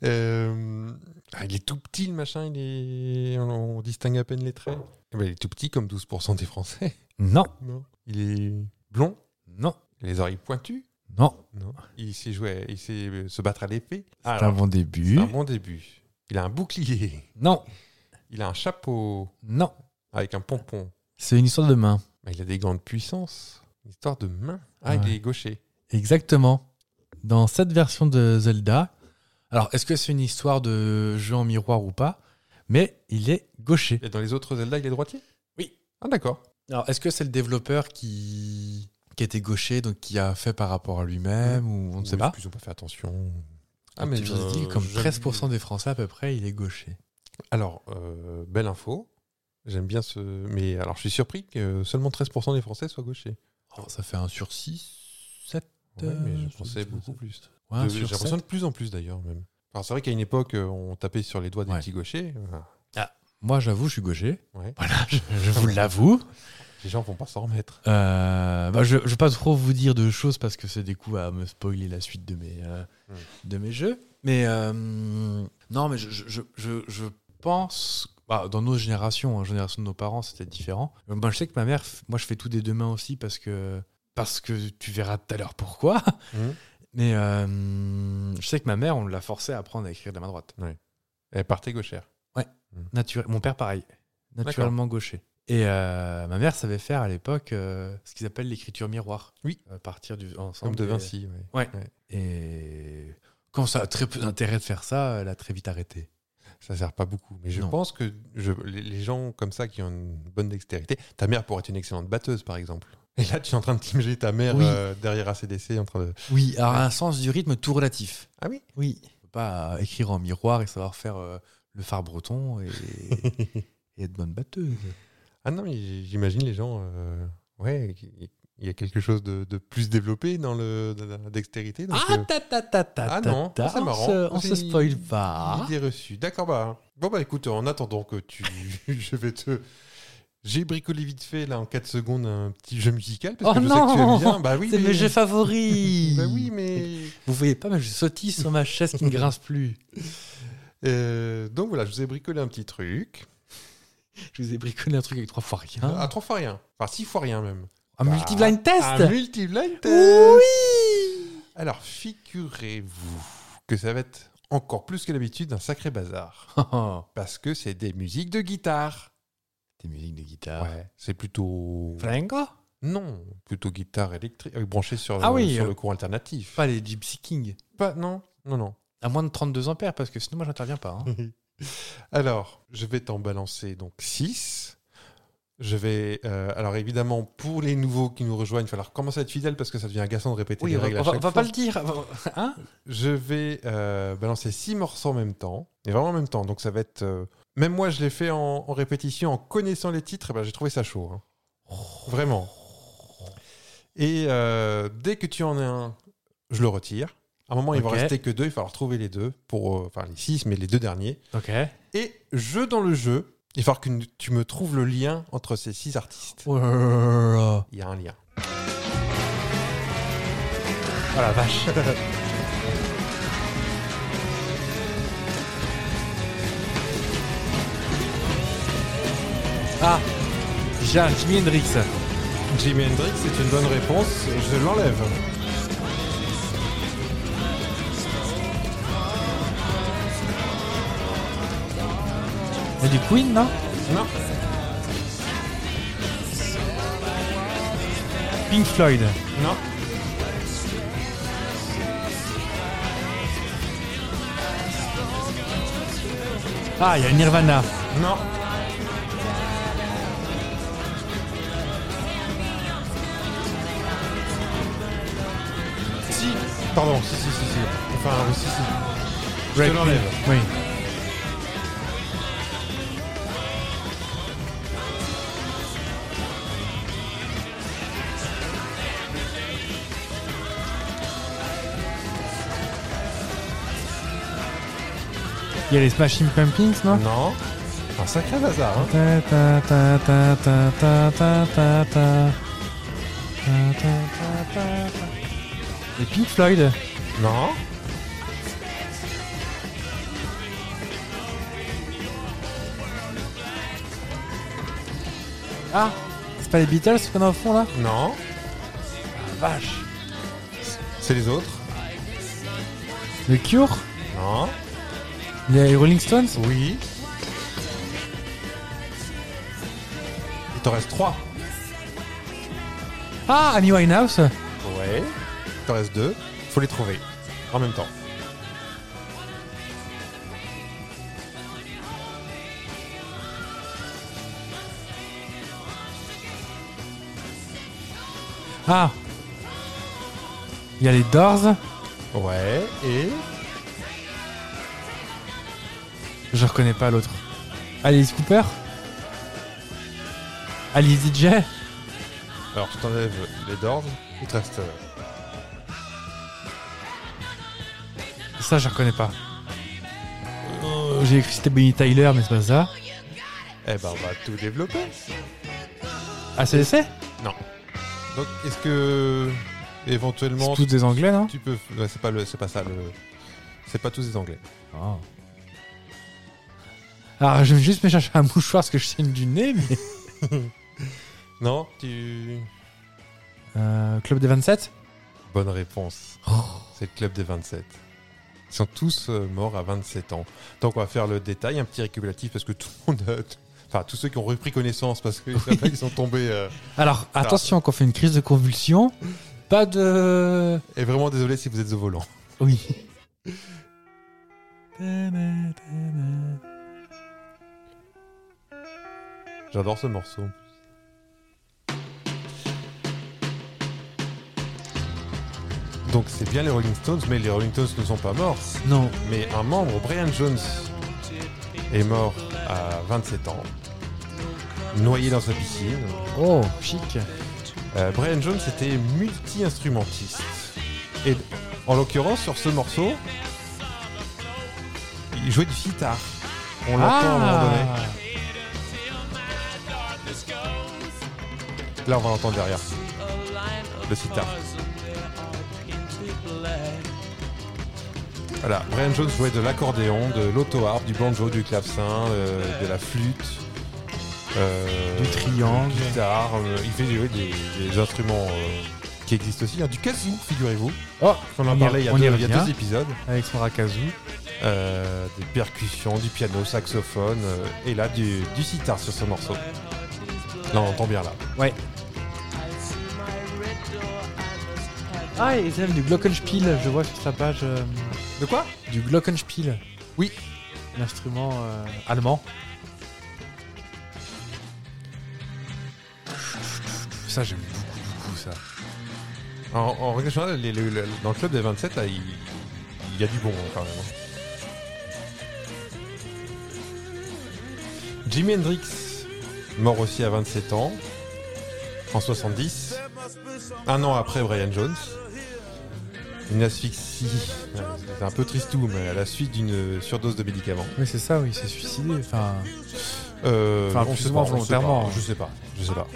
Euh, ah, il est tout petit, le machin, il est... on, on distingue à peine les traits. Eh ben, il est tout petit, comme 12% des Français. Non, Non. Il est blond, non, les oreilles pointues. non. Non. Il sait jouer, il sait euh, se battre à l'épée. C'est un bon début. C'est un bon début. Il a un bouclier. Non, Il a un chapeau non. avec un pompon. C'est une histoire de main. Mais il a des gants de puissance. Une histoire de main. Ah, Ouais. il est gaucher. Exactement. Dans cette version de Zelda, alors est-ce que c'est une histoire de jeu en miroir ou pas Mais il est gaucher. Et dans les autres Zelda, il est droitier Oui. Ah, d'accord. Alors est-ce que c'est le développeur qui qui était gaucher donc qui a fait par rapport à lui-même ou on ne sait Oui, pas Plus on peut faire attention. Ah mais euh, comme j'aime- 13% des Français à peu près, il est gaucher. Alors, euh, belle info. J'aime bien ce. Mais alors, je suis surpris que seulement 13% des Français soient gauchers. Oh, ça fait un sur 6, 7 Ouais, mais je Euh, pensais je- je- beaucoup plus. ouais, un De- J'ai sur sept. l'impression de plus en plus d'ailleurs, même. Alors, c'est vrai qu'à une époque, euh, on tapait sur les doigts des Ouais. petits gauchers. euh, Voilà. Moi j'avoue, je suis gaucher. Ouais. Voilà, je, je vous l'avoue. Les gens vont pas s'en remettre. Euh, bah, je ne vais pas trop vous dire de choses parce que c'est des coups à me spoiler la suite de mes, euh, Mm. de mes jeux. Mais euh, non, mais je, je- je- je- je pense, bah, dans nos générations, la génération de nos parents, c'était différent. Euh, Moi, je sais que ma mère, f- moi, je fais tout des deux mains aussi parce que, parce que tu verras tout à l'heure pourquoi. Mhm. Mais euh, je sais que ma mère, on l'a forcée à apprendre à écrire de la main droite. Elle partait gauchère. Naturel, mon père, pareil. Naturellement gaucher. Et euh, ma mère savait faire à l'époque euh, ce qu'ils appellent l'écriture miroir. Oui. À partir du. Comme ensemble de des- Vinci. ouais. Et quand ça a très peu d'intérêt de faire ça, elle a très vite arrêté. Ça sert pas beaucoup. Mais je Non. pense que je- les les gens comme ça qui ont une bonne dextérité. Ta mère pourrait être une excellente batteuse, par exemple. Et là, tu es en train de teamer ta mère Oui. euh, derrière ACDC en train de. Oui, alors un sens du rythme tout relatif. Ah oui Oui. Faut pas euh, écrire en miroir et savoir faire euh, le phare breton et, et être bonne batteuse. Ah non, mais j- j'imagine les gens. euh, ouais, qui- il y a quelque chose de, de plus développé dans, le, dans la dextérité. donc, euh, Ah, ta ta ta ta Ah non, ta, c'est on marrant. se- On se C'est- spoil pas. idée reçue. D'accord, bah. Bon, bah écoute, en attendant que tu. je vais te. J'ai bricolé vite fait, là, en 4 secondes, un petit jeu musical. Parce Oh que je sais que tu non aimes bien. Bah oui, C'est mais- mes jeux favoris. Bah oui, mais. Vous voyez pas, mais je sautille sur ma chaise qui ne grince plus. Euh, donc voilà, je vous ai bricolé un petit truc. Je vous ai bricolé un truc avec trois fois rien. à trois fois rien. Enfin, six fois rien même. un bah, multi-blind Hein test Un multi-blind test. Oui Alors, figurez-vous que ça va être encore plus que d'habitude un sacré bazar. Parce que c'est des musiques de guitare. Des musiques de guitare. Ouais, c'est plutôt. Flamenco Non, plutôt guitare électrique, euh, branchée sur, Ah oui, sur euh, le courant alternatif. Pas les Gypsy King. Pas, non, non, non. À moins de 32 ampères, parce que sinon, moi, j'interviens pas. hein. Alors, je vais t'en balancer donc 6. Je vais. euh, alors, évidemment, pour les nouveaux qui nous rejoignent, il va falloir commencer à être fidèle parce que ça devient agaçant de répéter oui, les on va, règles à on va- chaque va fois. pas le dire. Hein Je vais euh, balancer 6 morceaux en même temps. Et vraiment en même temps. Donc, ça va être. euh, même moi, je l'ai fait en, en répétition, en connaissant les titres. eh ben, J'ai trouvé ça chaud. hein. Vraiment. Et euh, dès que tu en as un, je le retire. À un moment, il va Ok. rester que deux. Il va falloir trouver les deux. Pour, euh, enfin, les 6, mais les deux derniers. Ok. Et jeu dans le jeu, il va falloir que tu me trouves le lien entre ces six artistes. Oh là là là. Il y a un lien. Oh la vache Ah J'ai un Jimi Hendrix. Jimi Hendrix, c'est une bonne réponse, je l'enlève. Et du Queen, non Non Pink Floyd. Non Ah, il y a Nirvana. Non Si Pardon, si, si, si, si. Enfin, oui, si, si. Je te Red l'enlève. Queen. Oui. Il y a les Smashing Pumpkins, non Non. Un sacré bazar. Hein. Ta, ta, ta, ta, ta, ta, ta, ta, ta. Ta, ta, ta, ta, ta. Les Pink Floyd Non. Ah C'est pas les Beatles qu'on a au fond là Non. Ah, Vache C'est les autres. Le Cure Non. Il y a les Rolling Stones Oui. Il t'en reste 3. Ah Annie Winehouse Ouais. Il t'en reste 2. Faut les trouver. En même temps. Ah Il y a les Doors Ouais. Et. Je reconnais pas l'autre. Alice Cooper Alice DJ Alors je t'enlève les Doors. Il te reste. euh, Ça, je reconnais pas. Euh, J'ai écrit que c'était Bonnie Tyler, mais c'est pas ça. Eh ben on va tout développer. ACDC Donc est-ce que. Éventuellement. C'est tous des Anglais, non Tu peux. ouais, c'est pas le. C'est pas ça le. C'est pas tous des anglais. Ah. Alors, je vais juste me chercher un mouchoir parce que je saigne du nez, mais. Non Tu. Euh, Club des 27 Bonne réponse. Oh. C'est le club des 27. Ils sont tous euh, morts à 27 ans. Donc on va faire le détail, un petit récapitulatif parce que tout le monde, a- t- enfin tous ceux qui ont repris connaissance parce qu'ils sont tombés. euh, Alors, attention, qu'on fait une crise de convulsion, pas de. et vraiment désolé si vous êtes au volant. Oui. J'adore ce morceau. Donc c'est bien les Rolling Stones, mais les Rolling Stones ne sont pas morts. Non. Mais un membre, Brian Jones, est mort à 27 ans, noyé dans sa piscine. Oh, chic. Euh, Brian Jones était multi-instrumentiste. Et en l'occurrence, sur ce morceau, il jouait du sitar. On l'entend à un moment donné. Ah. Là, on va l'entendre derrière. Le sitar. Voilà, Brian Jones jouait de l'accordéon, de l'auto-harpe, du banjo, du clavecin, euh, de la flûte, euh, Du triangle. de la guitare. euh, il fait jouer des, des instruments euh, qui existent aussi. hein, du kazoo, figurez-vous. Oh, On en y- parlait il y a, on deux, y il y a revient. deux épisodes. Avec son rakazoo. Euh, des percussions, du piano, saxophone, euh, et là du, du sitar sur ce morceau. Là on entend bien là. Ouais. Ah, ils aiment du Glockenspiel, je vois sur sa page. euh, De quoi du Glockenspiel. Oui. L'instrument euh, allemand. Ça, j'aime beaucoup, beaucoup ça. En, en règle générale, les- les- les- dans le club des 27, là, il, il y a du bon hein, quand même. hein. Jimi Hendrix, mort aussi à 27 ans, en 70, un an après Brian Jones. Une asphyxie, euh, c'est un peu tristou, mais à la suite d'une surdose de médicaments. Mais c'est ça, oui, il s'est suicidé. Enfin, Euh, Enfin, on plus sait ou moins pas, on sait pas, volontairement. hein. Je sais pas, je sais pas.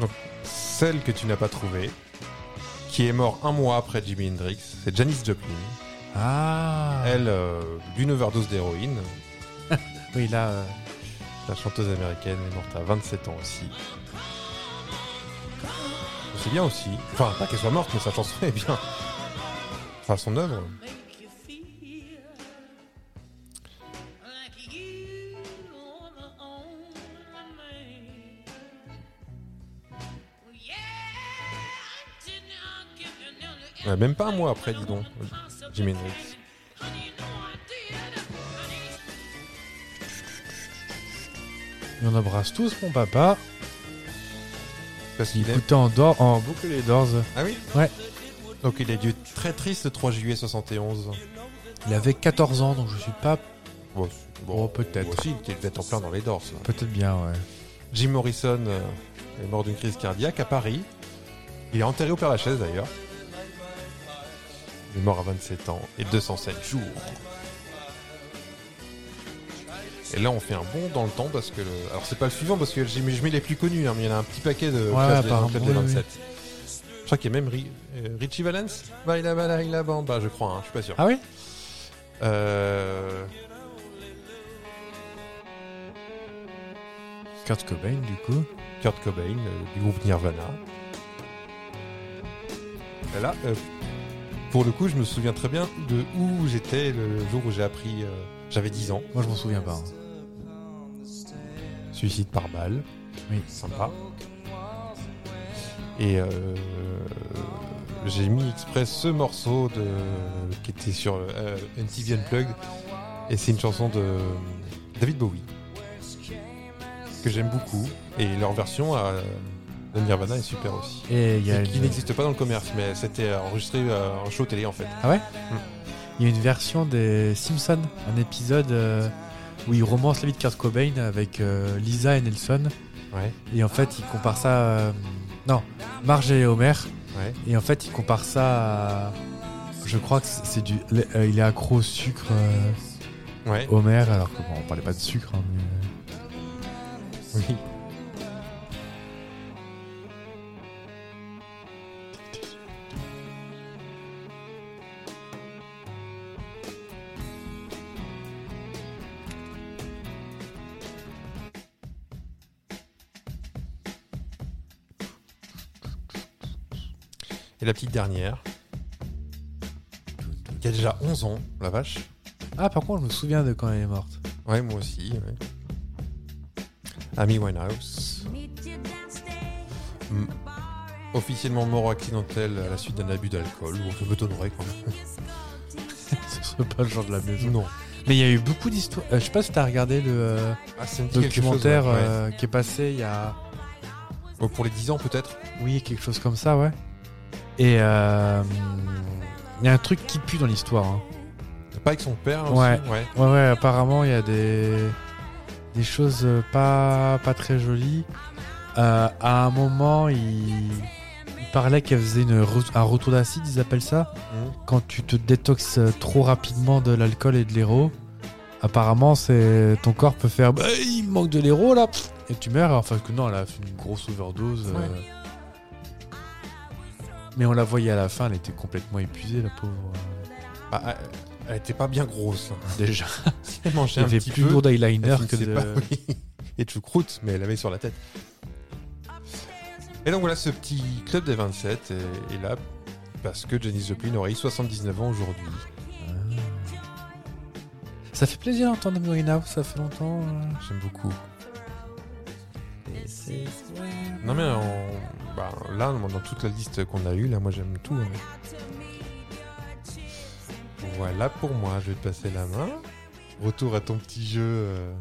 Donc, celle que tu n'as pas trouvée, qui est morte un mois après Jimi Hendrix, c'est Janis Joplin. ah. Elle, euh, d'une overdose d'héroïne, Oui, là. euh, la chanteuse américaine est morte à 27 ans aussi. C'est bien aussi. Enfin, pas qu'elle soit morte, mais sa chanson est bien. Enfin, son œuvre. Ouais, Euh, même pas un mois après, Ah, dis donc, Jimi Hendrix. et on embrasse tous mon papa. Parce qu'il Il est... écoutait en, dor- en boucle les Doors. Ah oui Ouais. Donc il est dû très triste le 3 juillet 71. Il avait 14 ans, donc je suis pas. Bon, Oh, peut-être. Moi aussi, il était peut-être en plein dans les dorses. là. Peut-être bien, ouais. Jim Morrison euh, est mort d'une crise cardiaque à Paris Il est enterré au Père Lachaise d'ailleurs. Il est mort à 27 ans et 207 jours. Et là, on fait un bond dans le temps parce que. le- Alors, c'est pas le suivant parce que j'ai mis, je mets les plus connus, hein, mais il y en a un petit paquet de classe des- apparemment, classe des oui, oui. 27. Je crois qu'il y a même Ri- euh, Richie Valens. Baila, baila, banda, je crois, hein, je suis pas sûr. Ah oui Euh, Kurt Cobain, du coup. Kurt Cobain euh, du groupe Nirvana. Et Là, euh, pour le coup, je me souviens très bien de où j'étais le jour où j'ai appris. euh, J'avais 10 ans. Moi, je m'en souviens pas. hein. Suicide par balle. Oui. Sympa. Et euh, j'ai mis exprès ce morceau de, qui était sur euh, MTV Unplugged. Et c'est une chanson de David Bowie. Que j'aime beaucoup. Et leur version à de Nirvana est super aussi. Et il y, a Et qui une- n'existe pas dans le commerce, mais c'était enregistré euh, en show télé en fait. il y a une version des Simpsons, un épisode euh, où ils romancent la vie de Kurt Cobain avec euh, Lisa et Nelson. Ouais, Et en fait, ils comparent ça. euh, non, Marge et Homer. ouais. Et en fait, ils comparent ça à. Je crois que c'est c'est du. lait- euh, il est accro au sucre, euh, Ouais. Homer, alors que bon, on parlait pas de sucre. hein, euh. mais- Oui. Et la petite dernière. Il y a déjà 11 ans, la vache. Ah, par contre, je me souviens de quand elle est morte. Ouais, moi aussi. Ouais. Amy Winehouse. Hmm. Officiellement mort accidentel à la suite d'un abus d'alcool. Bon, ça m'étonnerait quand même. Ce serait pas le genre de la maison. Non. Mais il y a eu beaucoup d'histoires. euh, je sais pas si t'as regardé le euh, Ah, ça me dit quelque chose, documentaire ouais, ouais. euh, qui est passé il y a. Oh, Pour les 10 ans peut-être. Oui, quelque chose comme ça, ouais. Et euh, il y a un truc qui pue dans l'histoire. hein. Pas avec son père hein, Ouais. aussi, ouais. Ouais, ouais, apparemment, il y a des, des choses euh, pas, pas très jolies. Euh, à un moment, il, il parlait qu'elle faisait une re- un retour d'acide, ils appellent ça. Mhm. Quand tu te détoxes euh, trop rapidement de l'alcool et de l'héro, apparemment, c'est ton corps peut faire Bah, il me manque de l'héro là pff Et tu meurs, alors, enfin que non, elle a fait une grosse overdose. euh. Ouais. Mais on la voyait à la fin, elle était complètement épuisée, la pauvre. euh, Ah, ah, elle était pas bien grosse. hein. Déjà, Si elle mangeait elle un avait petit plus peu. lourd d'eyeliner elle que finissait de. pas, oui. Et de choucroute, mais elle avait sur la tête. Et donc voilà ce petit club des 27 est, est là parce que Janis Joplin aurait eu 79 ans aujourd'hui. Ça fait plaisir d'entendre Amory Now, ça fait longtemps. euh. J'aime beaucoup. Non mais on- bah, là, dans toute la liste qu'on a eue, là, moi j'aime tout. hein. Voilà pour moi, je vais te passer la main. Retour à ton petit jeu. euh,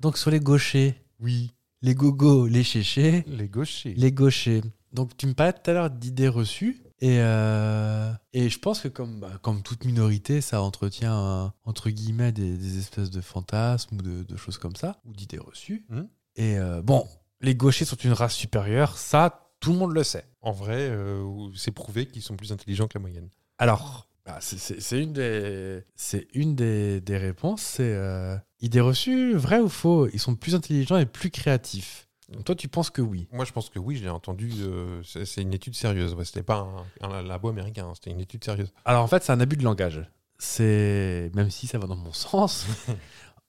Donc sur les gauchers, Oui, les gogos, les chéchés, les gauchers. les gauchers. Donc tu me parlais tout à l'heure d'idées reçues. Et, euh, et je pense que comme, bah, comme toute minorité, ça entretient un- entre guillemets des, des espèces de fantasmes ou de, de choses comme ça, ou d'idées reçues. Mhm. Et euh, bon, les gauchers sont une race supérieure, ça, tout le monde le sait. En vrai, euh, c'est prouvé qu'ils sont plus intelligents que la moyenne. Alors, bah, c'est- c'est c'est une des, c'est une des, des réponses. C'est euh, idée reçue, vrai ou faux Ils sont plus intelligents et plus créatifs. Donc toi, tu penses que oui Moi, je pense que oui, je l'ai entendu. euh, c'est c'est une étude sérieuse. Ouais, c'était pas un, un labo américain, hein, c'était une étude sérieuse. Alors en fait, c'est un abus de langage. C'est même si ça va dans mon sens.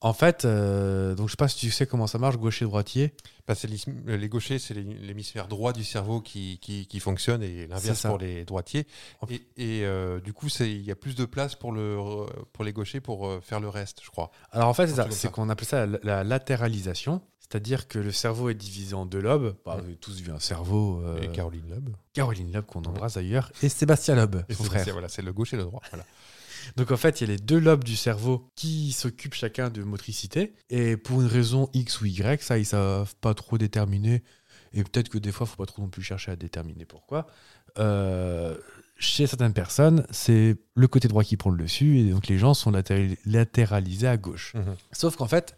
en fait, euh, donc je sais pas si tu sais comment ça marche, gaucher droitier. Bah, c'est l'his- les gauchers, c'est l'hé- l'hémisphère droit du cerveau qui, qui, qui fonctionne et C'est l'inverse ça. pour les droitiers. En- Et, et, euh, du coup, c'est- il y a plus de place pour, le, re- pour les gauchers pour euh, faire le reste, je crois. Alors en fait, c'est ça, Un truc comme c'est ça. qu'on appelle ça la, la latéralisation. C'est-à-dire que le cerveau est divisé en deux lobes. Bah, Vous avez tous vu un cerveau. euh, Et Caroline Loeb. Caroline Loeb qu'on embrasse d'ailleurs. Et Sébastien Loeb, Et son c'est- frère. c'est- Voilà, c'est le gauche et le droit. Voilà. Donc en fait, il y a les deux lobes du cerveau qui s'occupent chacun de motricité. Et pour une raison X ou Y, ça, ils savent pas trop déterminer. Et peut-être que des fois, faut pas trop non plus chercher à déterminer pourquoi. Euh, chez certaines personnes, c'est le côté droit qui prend le dessus. Et donc les gens sont latéral- latéralisés à gauche. Mhm. Sauf qu'en fait,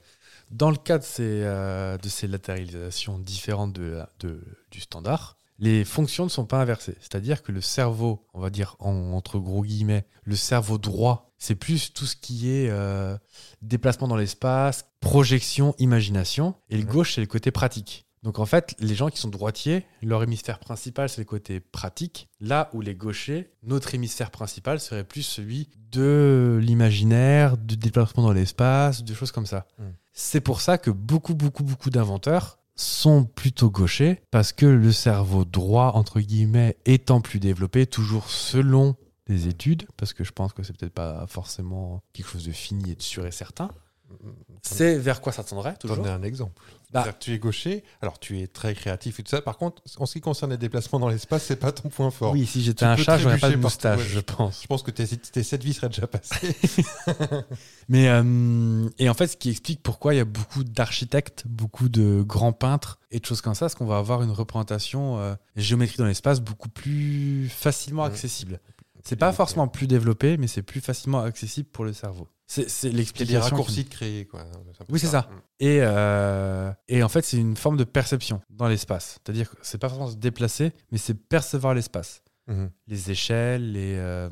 dans le cas de ces, euh, de ces latéralisations différentes de, la- de- du standard, les fonctions ne sont pas inversées. C'est-à-dire que le cerveau, on va dire en- entre gros guillemets, le cerveau droit, c'est plus tout ce qui est euh, déplacement dans l'espace, projection, imagination. Et le Mhm. gauche, c'est le côté pratique. Donc en fait, les gens qui sont droitiers, leur hémisphère principal, c'est le côté pratique. Là où les gauchers, notre hémisphère principal serait plus celui de l'imaginaire, du déplacement dans l'espace, de choses comme ça. C'est pour ça que beaucoup, beaucoup, beaucoup d'inventeurs sont plutôt gauchers, parce que le cerveau droit, entre guillemets, étant plus développé, toujours selon les études, parce que je pense que c'est peut-être pas forcément quelque chose de fini et de sûr et certain, c'est vers quoi ça tendrait toujours. T'en as un exemple. Bah. C'est-à-dire que Tu es gaucher, alors tu es très créatif et tout ça. Par contre, en ce qui concerne les déplacements dans l'espace, c'est pas ton point fort. Oui, si j'étais Tu un peux chat, j'aurais pas de trébucher partout, moustache, ouais. je pense. Je pense que tes, tes 7 vies seraient déjà passées. Mais euh, et en fait, ce qui explique pourquoi il y a beaucoup d'architectes, beaucoup de grands peintres et de choses comme ça, c'est qu'on va avoir une représentation euh, géométrie dans l'espace beaucoup plus facilement Mhm. accessible. C'est pas forcément plus développé, mais c'est plus facilement accessible pour le cerveau. C'est c'est C'est des l'explication. raccourcis qui- de créer. Quoi. C'est un peu Oui, c'est ça. Et, euh, et en fait, c'est une forme de perception dans l'espace. C'est-à-dire que c'est pas forcément se déplacer, mais c'est percevoir l'espace Mhm. les échelles, les, euh,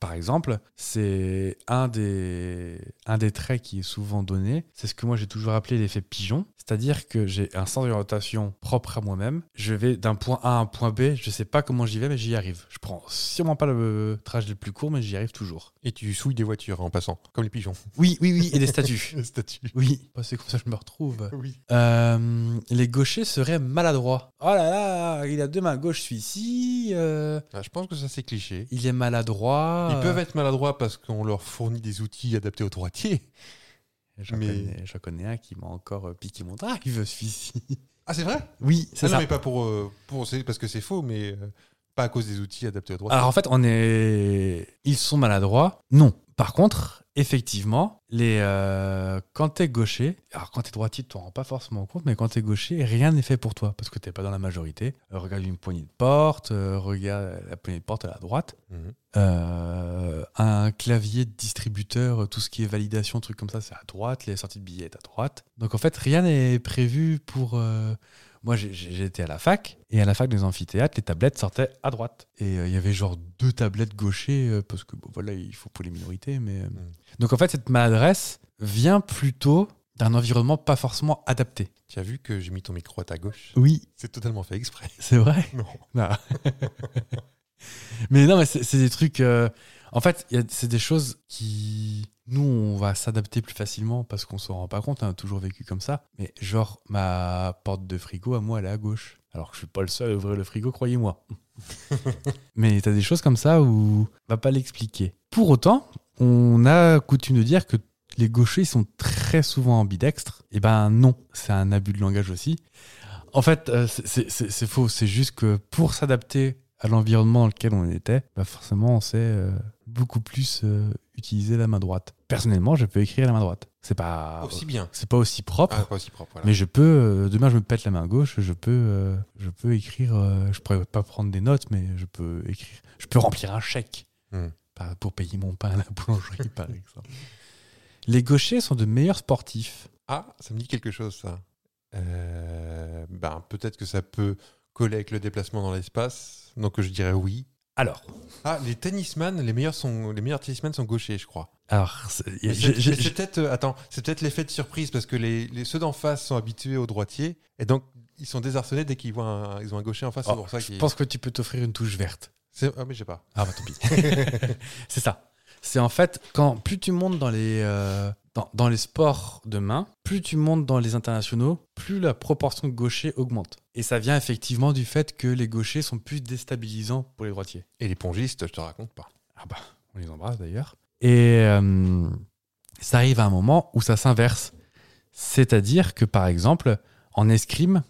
par exemple, c'est un des, un des traits qui est souvent donné. C'est ce que moi j'ai toujours appelé l'effet pigeon. C'est-à-dire que j'ai un sens d'orientation propre à moi-même. Je vais d'un point A à un point B. Je sais pas comment j'y vais, mais j'y arrive. Je prends sûrement pas le trajet le plus court, mais j'y arrive toujours. Et tu souilles des voitures en passant, comme les pigeons. Oui, oui, oui. Et des statues. Les statues. Oui, Oh, c'est comme ça que je me retrouve. Bah Oui. Euh, les gauchers seraient maladroits. Oh là là, il a deux mains gauche, celui-ci. euh, Ah, je pense que ça, c'est cliché. il est maladroit. Ils euh. peuvent être maladroits parce qu'on leur fournit des outils adaptés aux droitiers. J'en Mais- connais, j'en connais un qui m'a encore euh, piqué mon drive, celui-ci. Ah, c'est vrai Oui, Ah c'est Non, ça. mais pas pour. euh, pour c'est parce que c'est faux, mais euh, pas à cause des outils adaptés aux droitiers. Alors en fait, on est. Ils sont maladroits. Non. Par contre, effectivement, les, euh, quand t'es gaucher, alors quand t'es droitier, tu t'en rends pas forcément compte, mais quand t'es gaucher, rien n'est fait pour toi parce que t'es pas dans la majorité. Euh, regarde une poignée de porte, euh, regarde la poignée de porte à la droite. Mhm. Euh, un clavier de distributeur, euh, tout ce qui est validation, trucs comme ça, c'est à droite, les sorties de billets est à droite. Donc en fait, rien n'est prévu pour. euh, Moi, j'ai- j'ai- j'étais à la fac, et à la fac des amphithéâtres, les tablettes sortaient à droite. Et euh, il y avait genre deux tablettes gauchers, euh, parce que bon, voilà, il faut pour les minorités. Mais, euh, Mm. Donc en fait, cette maladresse vient plutôt d'un environnement pas forcément adapté. Tu as vu que j'ai mis ton micro à ta gauche Oui, C'est totalement fait exprès. c'est vrai. Non. Non. mais non, mais c'est c'est des trucs. euh, en fait, il y a- c'est des choses qui. Nous, on va s'adapter plus facilement parce qu'on s'en rend pas compte. On a toujours vécu comme ça. Mais genre, ma porte de frigo, à moi, elle est à gauche. Alors que je suis pas le seul à ouvrir le frigo, croyez-moi. mais t'as des choses comme ça où on va pas l'expliquer. Pour autant, on a coutume de dire que les gauchers ils sont très souvent ambidextres. Et ben non, c'est un abus de langage aussi. En fait, euh, c'est- c'est c'est- c'est faux. C'est juste que pour s'adapter à l'environnement dans lequel on était, bah forcément, on sait euh, beaucoup plus euh, utiliser la main droite. Personnellement, je peux écrire à la main droite. C'est pas aussi bien. c'est pas aussi propre, Ah, pas aussi propre. Voilà. mais je peux. euh, demain, je me pète la main gauche. Je peux. euh, je peux écrire. euh, je pourrais pas prendre des notes, mais je peux écrire. Je peux remplir un chèque Hmm. par- pour payer mon pain à la boulangerie, par exemple. Les gauchers sont de meilleurs sportifs. Ah, ça me dit quelque chose, ça. Euh, ben, peut-être que ça peut coller avec le déplacement dans l'espace. Donc, je dirais oui. Alors. Ah, les tennisman, les meilleurs, sont, les meilleurs tennisman sont gauchers, je crois. Alors, c'est- Mais j'ai- c'est j'ai- mais c'est peut-être euh, attends, c'est peut-être l'effet de surprise parce que les, les- ceux d'en face sont habitués aux droitiers et donc ils sont désarçonnés dès qu'ils voient un, ils ont un gaucher en face. Oh, c'est pour ça je qu'ils- pense que tu peux t'offrir une touche verte. c'est- Ah mais j'ai pas. Ah bah tant pis. c'est ça. C'est en fait, quand plus tu montes dans les, euh, dans, dans les sports de main, plus tu montes dans les internationaux, plus la proportion de gauchers augmente. Et ça vient effectivement du fait que les gauchers sont plus déstabilisants pour les droitiers. Et les pongistes, je te raconte pas. Ah bah, on les embrasse d'ailleurs. Et euh, ça arrive à un moment où ça s'inverse. C'est-à-dire que par exemple, en escrime,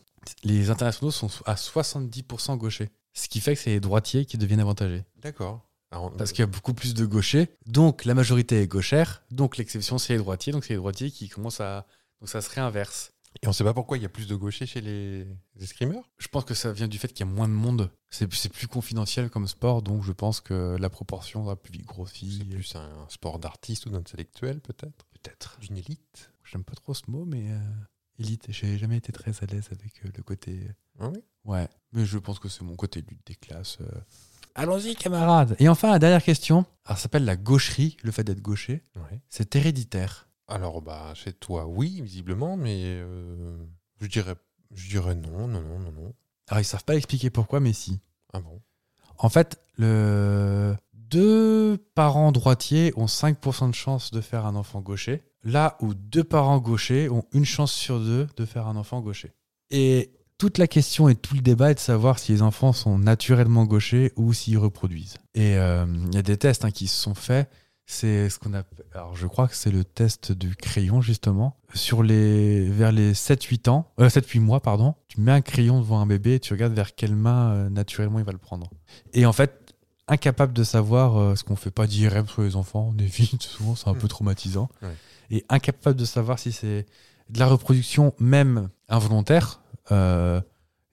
les internationaux sont à 70% gauchers. Ce qui fait que c'est les droitiers qui deviennent avantagés. D'accord. Alors, Parce qu'il y a beaucoup plus de gauchers. Donc la majorité est gauchère. Donc l'exception, c'est les droitiers. Donc c'est les droitiers qui commencent à. Donc ça se réinverse. Et on sait pas pourquoi il y a plus de gauchers chez les, les escrimeurs. Je pense que ça vient du fait qu'il y a moins de monde. C'est c'est plus confidentiel comme sport. Donc je pense que la proportion va plus vite C'est grossir. plus un sport d'artiste ou d'intellectuel peut-être. Peut-être. D'une élite. J'aime pas trop ce mot, mais euh, élite. J'ai jamais été très à l'aise avec euh, le côté. Ah oui Ouais. Mais je pense que c'est mon côté lutte des classes. euh. Allons-y, camarades. Et enfin, la dernière question. Alors, ça s'appelle la gaucherie, le fait d'être gaucher. C'est héréditaire. Alors, bah, chez toi, oui, visiblement, mais euh, je dirais je dirais non, non, non, non, non. Alors, ils savent pas expliquer pourquoi, mais si. Ah bon En fait, le... deux parents droitiers ont 5% de chance de faire un enfant gaucher, là où deux parents gauchers ont une chance sur deux de faire un enfant gaucher. Et toute la question et tout le débat est de savoir si les enfants sont naturellement gauchers ou s'ils reproduisent. Et euh, il y a des tests hein, qui se sont faits. C'est ce qu'on appelle. Alors, je crois que c'est le test du crayon, justement. Sur les... Vers les 7-8 ans, euh, 7-8 mois, pardon, tu mets un crayon devant un bébé et tu regardes vers quelle main euh, naturellement il va le prendre. Et en fait, incapable de savoir euh, ce qu'on fait pas d'IRM sur les enfants, on évite souvent, c'est un peu traumatisant. Ouais. Et incapable de savoir si c'est de la reproduction, même involontaire. euh,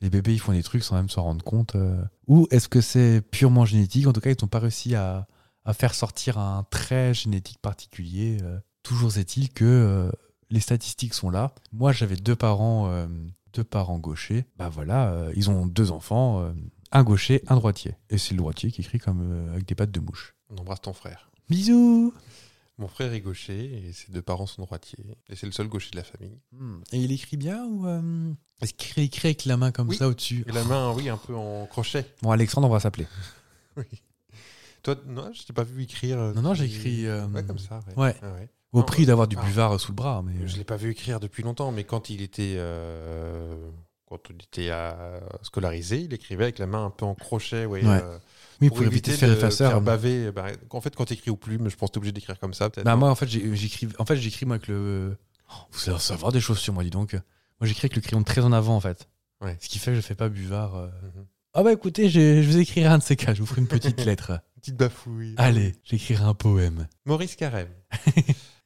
les bébés, ils font des trucs sans même s'en rendre compte. euh, ou est-ce que c'est purement génétique En tout cas, ils n'ont pas réussi à, à faire sortir un trait génétique particulier. euh. toujours est-il que euh, les statistiques sont là. Moi, j'avais deux parents, euh, deux parents gauchers. Bah voilà, euh, ils ont deux enfants. euh, un gaucher, un droitier. Et c'est le droitier qui écrit comme euh, avec des pattes de mouche. On embrasse ton frère. Bisous Mon frère est gaucher et ses deux parents sont droitiers. Et c'est le seul gaucher de la famille. Hmm. Et il écrit bien ou euh, Est-ce qu'il écrit avec la main comme Oui. ça au-dessus Et la main, oui, un peu en crochet. Bon, Alexandre, on va s'appeler. Toi, non, je t'ai pas vu écrire. euh, Non, non, depuis- j'écris euh, Ouais, comme ça. Ouais. ouais. Ah ouais. au Non, prix d'avoir du ah. buvard euh, sous le bras. Mais... Je l'ai pas vu écrire depuis longtemps, mais quand il était, euh, quand il était euh, scolarisé, il écrivait avec la main un peu en crochet, ouais, Ouais. euh, oui, pour, éviter de faire effaceur. faire baver. Bah, en fait, quand tu écris aux plumes, je pense que t'es obligé d'écrire comme ça, peut-être. Bah, moi, en fait, j'ai- j'écris en fait, j'écris, moi, avec le. Oh, vous allez en savoir des choses sur moi, dis donc. Moi, j'écris avec le crayon de très en avant, en fait. Ouais. Ce qui fait que je fais pas buvard. euh. Mhm. Ah, bah écoutez, j'ai- je vous écrirai un de ces cas. Je vous ferai une petite lettre. Petite bafouille. Allez, j'écrirai un poème. Maurice Carême.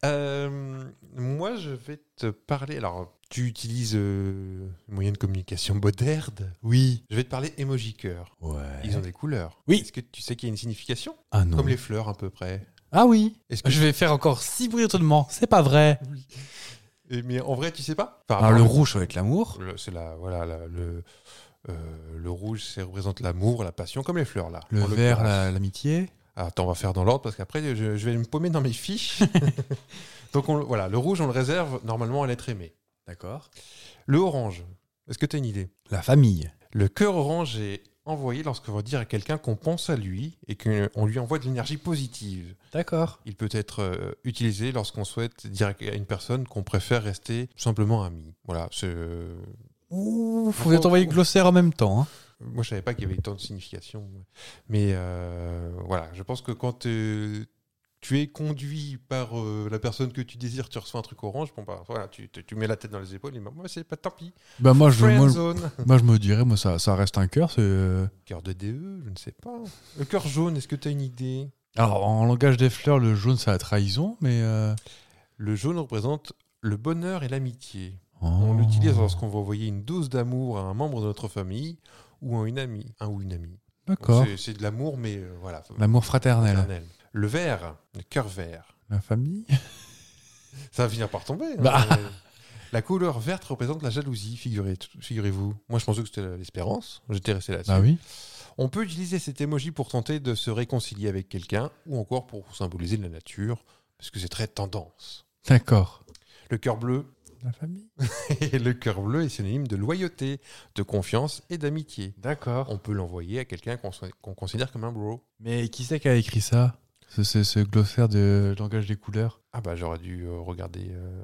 Euh, moi, je vais te parler. Alors, tu utilises euh, les moyens de communication moderne. Oui. Je vais te parler emoji cœur. Ouais. Ils ont des couleurs. Oui. Est-ce que tu sais qu'il y a une signification Ah non. Comme les fleurs, à peu près. Ah oui. Est-ce que Je vais faire encore si bruyamment. C'est pas vrai. Et- Mais en vrai, tu sais pas Par Alors, Ah, le rapport- rouge, ça va être l'amour. le- C'est la voilà la- le euh, le rouge, ça représente l'amour, la passion, comme les fleurs là. Le en vert, l'occurrence. Ah, la- l'amitié. Attends, on va faire dans l'ordre parce qu'après je, je vais me paumer dans mes fiches. Donc on- voilà, le rouge, on le réserve normalement à l'être aimé. D'accord. Le orange. Est-ce que tu as une idée La famille. Le cœur orange est envoyé lorsqu'on va dire à quelqu'un qu'on pense à lui et qu'on lui envoie de l'énergie positive. D'accord. Il peut être euh, utilisé lorsqu'on souhaite dire à une personne qu'on préfère rester simplement ami. Voilà, c'est Ouh, faut vous êtes envoyé le glossaire en même temps. hein. Moi, je savais pas qu'il y avait tant de signification. Mais euh, voilà, je pense que quand euh, tu es conduit par euh, la personne que tu désires, tu reçois un truc orange, bon, bah, voilà, tu, tu- tu mets la tête dans les épaules, et bah, moi, c'est pas tant pis. Bah, moi, je, moi, Friendzone. moi, je me dirais, moi, ça, ça reste un cœur. c'est, euh, Cœur de DE, je ne sais pas. Le cœur jaune, est-ce que tu as une idée Alors, en langage des fleurs, le jaune, c'est la trahison, mais. euh, Le jaune représente le bonheur et l'amitié. oh. On l'utilise lorsqu'on va envoyer une dose d'amour à un membre de notre famille ou à une amie. Un ou une amie. Donc, D'accord. Bah, c'est- C'est de l'amour, mais euh, voilà. L'amour fraternel. Éternel. Le vert, le cœur vert. La famille. Ça va finir par tomber. hein. Bah. Euh, La couleur verte représente la jalousie, figurez- figurez-vous. Moi, je pensais que c'était l'espérance. J'étais resté là-dessus. Ah oui. On peut utiliser cet emoji pour tenter de se réconcilier avec quelqu'un ou encore pour symboliser la nature, parce que c'est très tendance. D'accord. Le cœur bleu, La famille. le cœur bleu est synonyme de loyauté, de confiance et d'amitié. D'accord. On peut l'envoyer à quelqu'un qu'on so- qu'on considère comme un bro. Mais qui c'est qui a écrit ça ce, ce- ce glossaire de langage des couleurs Ah bah j'aurais dû euh, regarder. euh,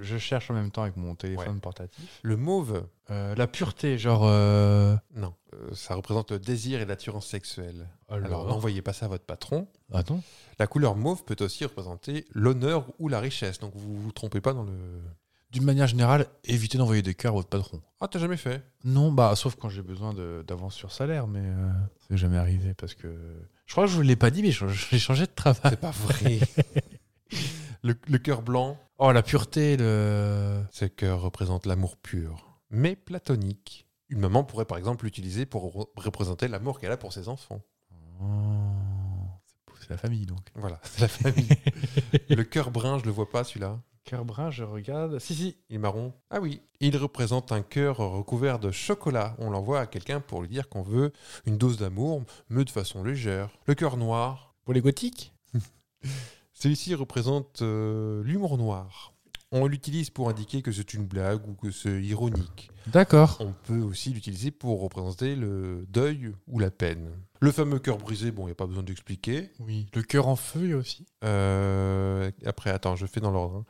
je, cherche en même temps avec mon téléphone portatif. Le mauve, la pureté, genre. euh, non, Euh, ça représente le désir et l'attirance sexuelle. Alors Alors, n'envoyez pas ça à votre patron. Ah non La couleur mauve peut aussi représenter l'honneur ou la richesse. Donc vous vous trompez pas dans le. D'une manière générale, évitez d'envoyer des cœurs à votre patron. Ah, t'as jamais fait Non, bah sauf quand j'ai besoin de- d'avance sur salaire, mais euh, c'est jamais arrivé parce que je crois que je vous l'ai pas dit, mais je- j'ai changé de travail. C'est pas vrai. le, le cœur blanc, Oh la pureté, le ce cœur représente l'amour pur, mais platonique. Une maman pourrait par exemple l'utiliser pour re- représenter l'amour qu'elle a pour ses enfants. Oh, c'est la famille donc. Voilà, c'est la famille. le cœur brun, je le vois pas celui-là. Cœur brun, je regarde. Si, si. Il est marron. Ah oui. Il représente un cœur recouvert de chocolat. On l'envoie à quelqu'un pour lui dire qu'on veut une dose d'amour, mais de façon légère. Le cœur noir. Pour les gothiques Celui-ci représente euh, l'humour noir. On l'utilise pour indiquer que c'est une blague ou que c'est ironique. D'accord. On peut aussi l'utiliser pour représenter le deuil ou la peine. Le fameux cœur brisé, bon, il n'y a pas besoin d'expliquer. Oui. Le cœur en feuille aussi. Euh, après, attends, je fais dans l'ordre.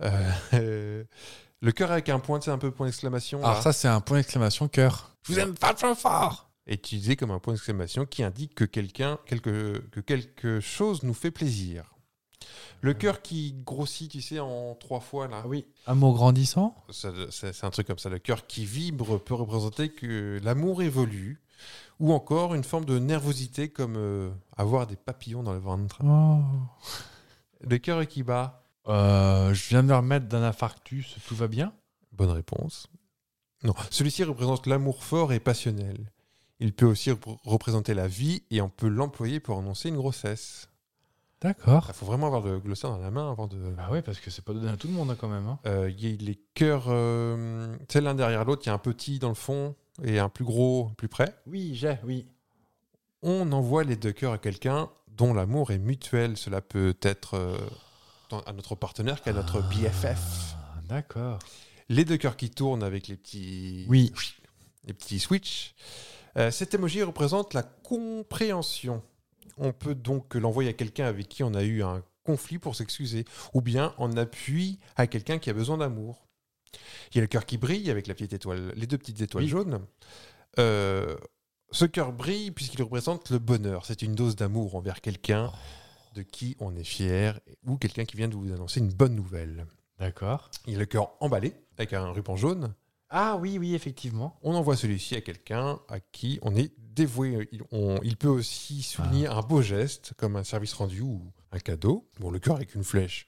hein. Euh, le cœur avec un point, c'est un peu point d'exclamation. là. Alors ça, c'est un point d'exclamation cœur. Ah, Je vous aime vachement fort Est utilisé comme un point d'exclamation qui indique que quelqu'un, quelque, que quelque chose nous fait plaisir. Le cœur qui grossit, tu sais, en trois fois là. oui. Amour grandissant Ça- C'est c'est un truc comme ça. Le cœur qui vibre peut représenter que l'amour évolue, ou encore une forme de nervosité comme euh, avoir des papillons dans le ventre. Oh. Le cœur qui bat. Euh, je viens de me remettre d'un infarctus, tout va bien Bonne réponse. Non, celui-ci représente l'amour fort et passionnel. Il peut aussi repr- représenter la vie et on peut l'employer pour annoncer une grossesse. D'accord. Il faut vraiment avoir le glossaire dans la main avant de. Bah ouais, parce que c'est pas donné à tout le monde hein, quand même. hein. Euh, Il y a les cœurs, euh, tu sais, l'un derrière l'autre, il y a un petit dans le fond et un plus gros plus près. Oui, j'ai, oui. On envoie les deux cœurs à quelqu'un dont l'amour est mutuel. Cela peut être euh, dans- à notre partenaire qu'à notre BFF. Ah, D'accord. Les deux cœurs qui tournent avec les petits, Oui. les petits switches. Euh, cet emoji représente la compréhension. On peut donc l'envoyer à quelqu'un avec qui on a eu un conflit pour s'excuser, ou bien en appui à quelqu'un qui a besoin d'amour. Il y a le cœur qui brille avec la petite étoile, les deux petites étoiles Oui. jaunes. Euh, ce cœur brille puisqu'il représente le bonheur. C'est une dose d'amour envers quelqu'un de qui on est fier ou quelqu'un qui vient de vous annoncer une bonne nouvelle. D'accord. Il y a le cœur emballé avec un ruban jaune. Ah oui, oui, effectivement. On envoie celui-ci à quelqu'un à qui on est dévoué. Il, on- il peut aussi souligner Ah. un beau geste, comme un service rendu ou un cadeau. Bon, le cœur avec une flèche.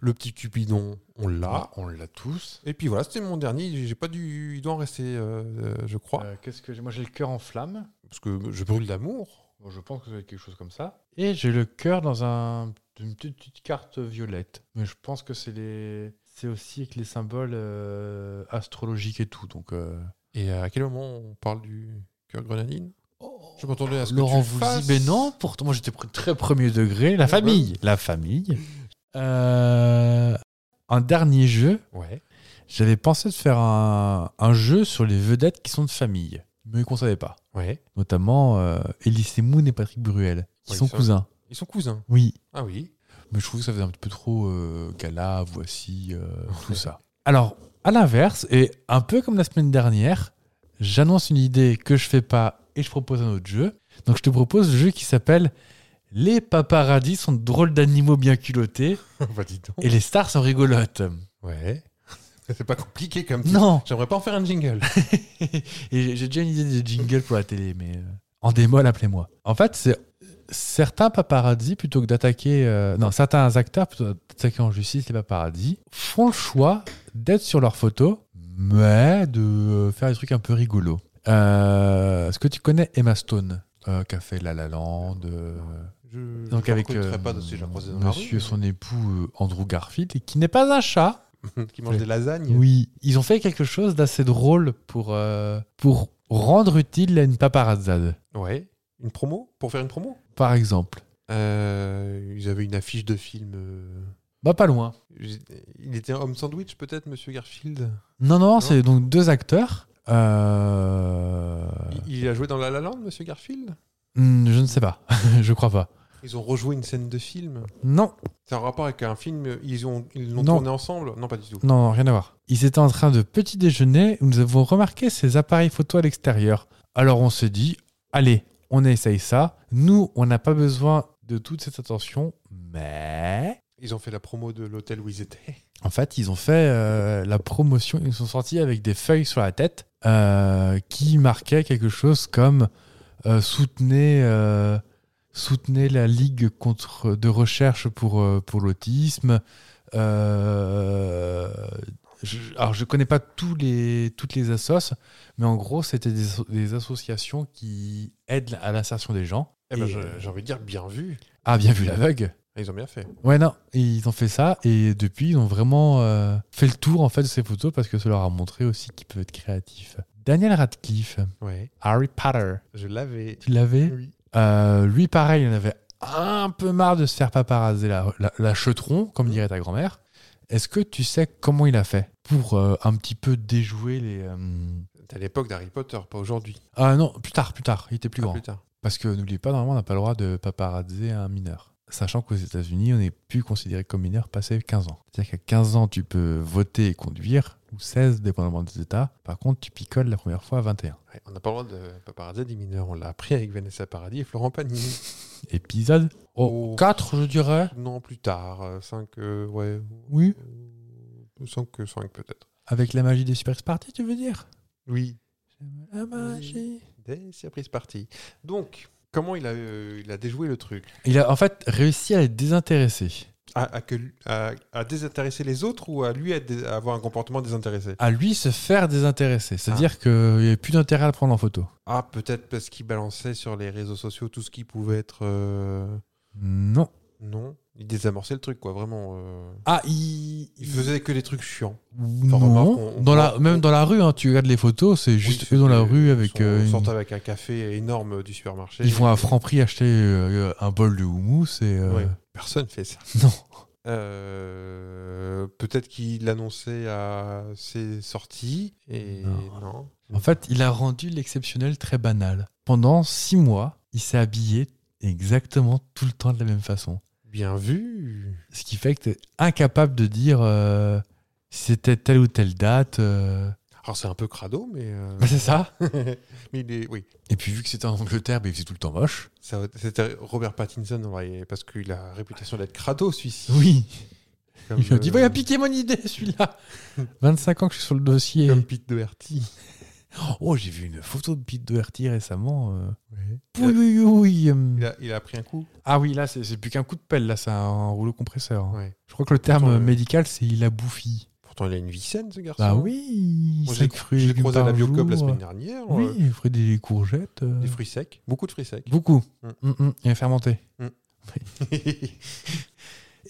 Le petit cupidon, on l'a. on l'a tous. Et puis voilà, c'était mon dernier. J'ai pas dû. Il doit en rester, euh, euh, je crois, Euh, Qu'est-ce que j'ai Moi, j'ai le cœur en flamme. parce que je brûle d'amour. Bon, je pense que c'est quelque chose comme ça. Et j'ai le cœur dans un, une petite, petite carte violette. Mais je pense que c'est les, c'est aussi avec les symboles euh, astrologiques et tout. Donc. euh, Et à quel moment on parle du cœur grenadine Oh, Je m'attendais à ce Laurent que tu vous le le dit, fasses. Eh ben. mais non, pourtant moi j'étais pr- très premier degré. La Ouais, famille. La famille. Euh, un dernier jeu, Ouais. j'avais pensé de faire un, un jeu sur les vedettes qui sont de famille, mais qu'on savait pas. Ouais. Notamment euh, Elise Moon et Patrick Bruel, qui Oui, sont ça. cousins. Ils sont cousins. Oui. Ah oui. Mais je trouve que ça faisait un petit peu trop euh, gala, voici, euh, tout ça. Alors, à l'inverse, et un peu comme la semaine dernière, j'annonce une idée que je fais pas et je propose un autre jeu. Donc, je te propose le jeu qui s'appelle Les paparazzis sont drôles d'animaux bien culottés bah dis donc. et les stars sont rigolotes. Ouais. C'est pas compliqué comme. titre. Non J'aimerais pas en faire un jingle. Et j'ai j'ai déjà une idée de jingle pour la télé, mais euh, en démol, appelez-moi. En fait, c'est certains paparazzis, plutôt que d'attaquer. euh, non, certains acteurs, plutôt que d'attaquer en justice les paparazzis, font le choix d'être sur leurs photos, mais de euh, faire des trucs un peu rigolos. Euh, Est-ce que tu connais Emma Stone euh, qui a fait La La Land euh, Je, donc je avec reconnaîtrais euh, pas si je la croisais dans la monsieur rue, son époux euh, Andrew Garfield et qui n'est pas un chat mais- qui mange des lasagnes. oui, ils ont fait quelque chose d'assez drôle pour, euh, pour rendre utile une paparazzade, Ouais. Une promo pour faire une promo. par exemple. Euh, ils avaient une affiche de film. euh, Bah pas loin. j'ai- Il était un homme sandwich peut-être, Monsieur Garfield. Non, non, c'est donc deux acteurs. Euh, Il, il a joué dans La La Land, Monsieur Garfield. hmm, Je ne sais pas, je crois pas. Ils ont rejoué une scène de film. Non, C'est un rapport avec un film. euh, Ils ont ils l'ont Non. tourné ensemble. Non, pas du tout. non, non, rien à voir. Ils étaient en train de petit déjeuner où nous avons remarqué ces appareils photo à l'extérieur. Alors on s'est dit, allez, on essaye ça. Nous, on n'a pas besoin de toute cette attention, mais... Ils ont fait la promo de l'hôtel où ils étaient. En fait, ils ont fait euh, la promotion. Ils sont sortis avec des feuilles sur la tête euh, qui marquaient quelque chose comme euh, soutenez, euh, soutenez la ligue contre de recherche pour euh, pour l'autisme. Euh, je, alors, je connais pas tous les toutes les assos, mais en gros, c'était des, des associations qui aident à l'insertion des gens. Eh ben, Et, je- euh, j'ai envie de dire bien vu. ah, bien vu l'aveugle. Ils ont bien fait. Ouais, non, et ils ont fait ça et depuis, ils ont vraiment euh, fait le tour en fait de ces photos parce que ça leur a montré aussi qu'ils peuvent être créatifs. Daniel Radcliffe, Ouais. Harry Potter, Je l'avais. tu l'avais Oui. Euh, Lui, pareil, il en avait un peu marre de se faire paparaser la, la, la chetron, comme dirait ta grand-mère. Est-ce que tu sais comment il a fait pour euh, un petit peu déjouer les... euh, C'est à l'époque d'Harry Potter, pas aujourd'hui. Ah non, plus tard, plus tard, il était plus Ah, grand. plus tard. Parce que n'oubliez pas, normalement, on n'a pas le droit de paparazzer un mineur. Sachant qu'aux États-Unis, on n'est plus considéré comme mineur passé 15 ans. C'est-à-dire qu'à 15 ans, tu peux voter et conduire, ou 16, dépendamment des États. Par contre, tu picoles la première fois à 21. Ouais, on n'a pas le droit de paparazzi des mineurs. On l'a appris avec Vanessa Paradis et Florent Pagny. Épisode Oh. 4, je dirais. non, plus tard. 5, ouais. Euh, Oui. 5 que 5 peut-être. Avec la magie des Super Party, tu veux dire Oui. La magie Des surprises parties. Donc, comment il a, euh, il a déjoué le truc Il a en fait réussi à les désintéresser. à, à que, à, à désintéresser les autres ou à lui à dé- à avoir un comportement désintéressé À lui se faire désintéresser. C'est-à-dire qu'il n'y avait plus d'intérêt à le prendre en photo. Ah, peut-être parce qu'il balançait sur les réseaux sociaux tout ce qui pouvait être. euh, Non. Non. Il désamorçait le truc, quoi, vraiment. euh, Ah, il. Il faisait que des trucs chiants. Non. remarque, on- dans on- la, même dans la rue, hein, tu regardes les photos, c'est Oui, juste c'est eux dans la que rue ils avec. sont- euh, une- sortent avec un café énorme du supermarché. Ils vont à Franprix acheter euh, un bol de houmous et. euh, Ouais. Personne fait ça. Non. Euh, Peut-être qu'il l'annonçait à ses sorties et Non. non. En fait, il a rendu l'exceptionnel très banal. Pendant six mois, il s'est habillé exactement tout le temps de la même façon. Bien vu. Ce qui fait que t'es incapable de dire euh, si c'était telle ou telle date. euh. Alors c'est un peu crado, mais, euh, Bah, c'est ça. mais il est- oui. Et puis, vu que c'était en Angleterre, bah, il faisait tout le temps moche. Ça- C'était Robert Pattinson en vrai, parce qu'il a la réputation d'être crado celui-ci. Oui. Comme, Il lui a dit euh, bah, il a piqué mon idée, celui-là. 25 ans que je suis sur le dossier. Comme Pete Doherty. Oh, j'ai vu une photo de Pete Doherty récemment. euh. Il a- Oui, oui, oui, oui, euh. Il a, il a pris un coup. Ah oui, là, c'est c'est plus qu'un coup de pelle, là, c'est un rouleau compresseur. hein. Ouais. Je crois que le terme Pourtant, euh, médical, c'est il a bouffi. Pourtant, il a une vie saine, ce garçon. Bah oui, Moi, je l'ai- cinq fruits et je l'ai légumes croisé à la par Biocop la jour. semaine dernière. euh, Oui, fruits des courgettes. euh, Des fruits secs. Beaucoup de fruits secs. Beaucoup. Mm. Mm, mm, et fermenté. Mm.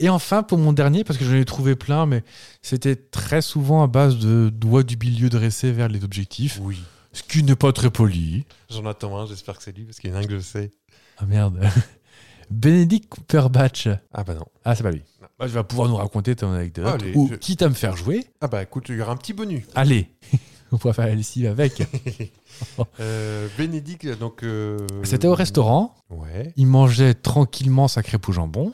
Et enfin, pour mon dernier, parce que j'en ai trouvé plein, mais c'était très souvent à base de doigts du milieu dressés vers les objectifs, oui. ce qui n'est pas très poli. J'en attends un, j'espère que c'est lui, parce qu'il y en a un que je sais. Ah merde. Benedict Cumberbatch. Ah bah non. Ah, c'est pas lui. Non. Bah, tu vas pouvoir nous raconter ton anecdote. Allez, ou je- quitte à me faire jouer, Ah bah écoute, il y aura un petit bonus. allez, on pourra faire la lessive avec. Euh, Bénédicte, donc... euh, C'était au restaurant, Ouais, il mangeait tranquillement sa crêpe au jambon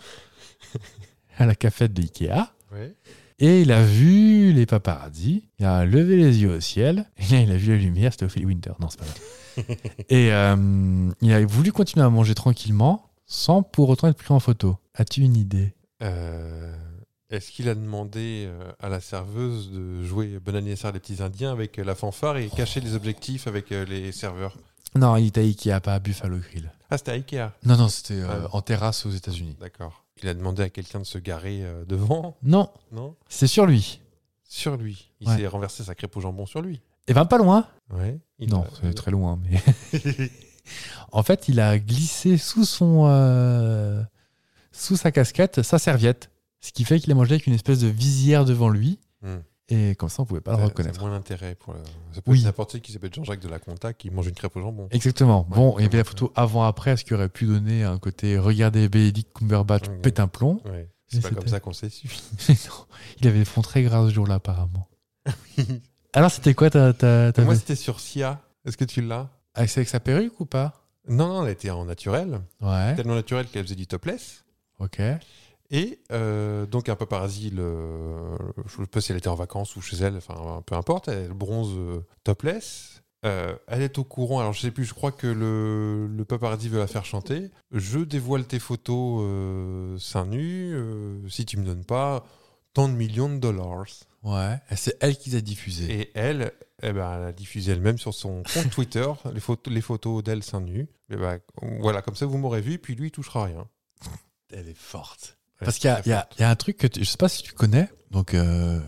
à la cafette de Ikea. ouais. Et il a vu les paparazzis, il a levé les yeux au ciel, et là il a vu la lumière, c'était Ophélie Winter, non c'est pas vrai. et euh, il a voulu continuer à manger tranquillement, sans pour autant être pris en photo. As-tu une idée Euh, Est-ce qu'il a demandé euh, à la serveuse de jouer Bon anniversaire des petits indiens avec euh, la fanfare et cacher les objectifs avec euh, les serveurs Non, il était à Ikea, pas à Buffalo Grill. Ah, c'était à Ikea. Non, non, c'était euh, Ah. en terrasse aux États-Unis. D'accord. Il a demandé à quelqu'un de se garer euh, devant, Non, non c'est sur lui. Sur lui. Il Ouais. s'est renversé sa crêpe au jambon sur lui. Et ben pas loin. Ouais. Il non, a- c'est très loin, mais. en fait, il a glissé sous son. euh, sous sa casquette, sa serviette. Ce qui fait qu'il a mangé avec une espèce de visière devant lui. Hmm. Et comme ça, on pouvait pas le Ça- ça a reconnaître. moins d'intérêt pour le... Ça peut Oui. être n'importe qui qui s'appelle Jean-Jacques de la Conta qui mange une crêpe au jambon. Exactement. bon, il y avait exactement. la photo avant-après, ce qui aurait pu donner un côté regardez Benedict Cumberbatch Ouais. pète un plomb. Ouais. Mais C'est pas comme c'était- ça qu'on s'est su. Mais non, il avait le front très gras ce jour-là, apparemment. Alors, c'était quoi ta. ta, ta- Moi, c'était sur Sia. Est-ce que tu l'as Ah, c'est avec sa perruque ou pas Non, non, elle était en naturel. Ouais. Tellement naturel qu'elle faisait du topless. Ok. Et euh, donc, un paparazzi, le... je sais pas si elle était en vacances ou chez elle, enfin, peu importe, elle bronze euh, topless. Euh, elle est au courant, alors je sais plus, je crois que le, le paparazzi veut la faire chanter. Je dévoile tes photos euh, seins nus, euh, si tu me donnes pas tant de millions de dollars. Ouais. Et C'est elle qui les a diffusés. Et elle, eh ben, elle a diffusé elle-même sur son compte Twitter les photos, les photos d'elle seins nus. Eh ben, voilà, comme ça vous m'aurez vu, puis lui, il touchera rien. Elle est forte. Elle Parce est qu'il y, a- très il y a- forte. il y a un truc que tu- je sais pas si tu connais. Donc, euh,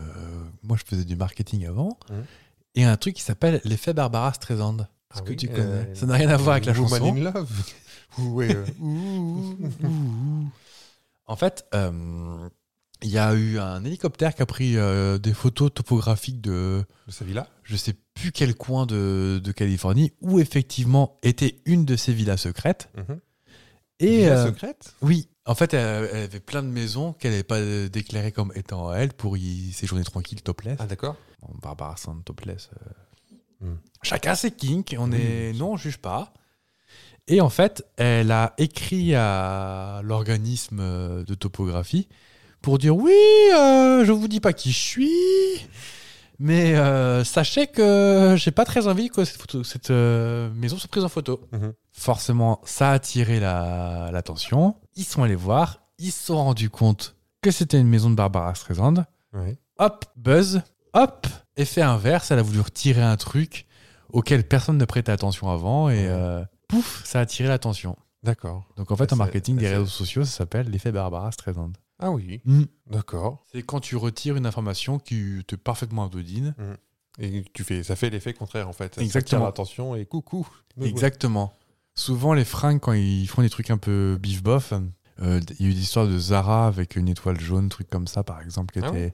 moi, je faisais du marketing avant. Mhm. Et un truc qui s'appelle l'effet Barbara Streisand. Est-ce Ah que oui, tu connais euh, Ça n'a rien à voir avec la Woman chanson. in Love. Ouais, euh, ouh, ouh, ouh. Ouh, ouh. En fait, euh, il y a eu un hélicoptère qui a pris euh, des photos topographiques de de sa villa. je sais plus quel coin de, de Californie où effectivement était une de ces villas secrètes. Et Villa euh, secrète oui, en fait, elle, elle avait plein de maisons qu'elle n'avait pas euh, déclarées comme étant à elle pour y séjourner tranquille topless. Ah, d'accord. Bon, Barbara Sand topless. euh, Hmm. Chacun ses kinks, on Oui, est non, on juge pas. Et en fait, elle a écrit à l'organisme euh, de topographie pour dire oui, euh, je vous dis pas qui je suis, mais euh, sachez que j'ai pas très envie que cette, photo- cette, euh, maison soit prise en photo. Mhm. Forcément, ça a attiré la- l'attention. Ils sont allés voir, ils se sont rendus compte que c'était une maison de Barbara Streisand Ouais. hop, buzz, hop, effet inverse, elle a voulu retirer un truc auquel personne ne prêtait attention avant et euh, pouf, ça a attiré l'attention. D'accord. Donc en fait, Ça, en marketing ça, des c'est- réseaux sociaux, ça s'appelle l'effet Barbara Streisand. Ah oui, Mm. d'accord. C'est quand tu retires une information qui était parfaitement anodine. Et tu fais, ça fait l'effet contraire en fait. Ça Exactement. attire L'attention et coucou. Nous Exactement. Souvent, les fringues, quand ils font des trucs un peu bif-bof, euh, il y a eu l'histoire de Zara avec une étoile jaune, truc comme ça, par exemple, qui Ah était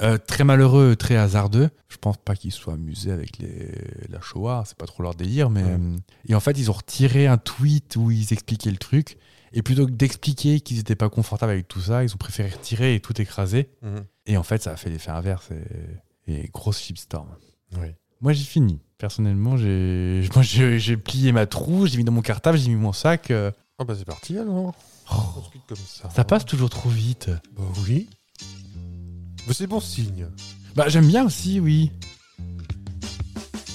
euh, très malheureux, très hasardeux. Je pense pas qu'ils soient amusés avec les... la Shoah, c'est pas trop leur délire, mais. Ouais. euh, Et en fait, ils ont retiré un tweet où ils expliquaient le truc, et plutôt que d'expliquer qu'ils étaient pas confortables avec tout ça, ils ont préféré retirer et tout écraser. voilà. Mhm. Et en fait, ça a fait l'effet inverse, et, et grosse shitstorm. Oui. Moi, j'ai fini. Personnellement, j'ai moi, j'ai j'ai plié ma trou, j'ai mis dans mon cartable, j'ai mis mon sac. euh. Ah bah c'est parti alors. On Oh, se quitte comme ça. ça passe toujours trop vite. Bah oui. Mais c'est bon signe. Bah, j'aime bien aussi, oui.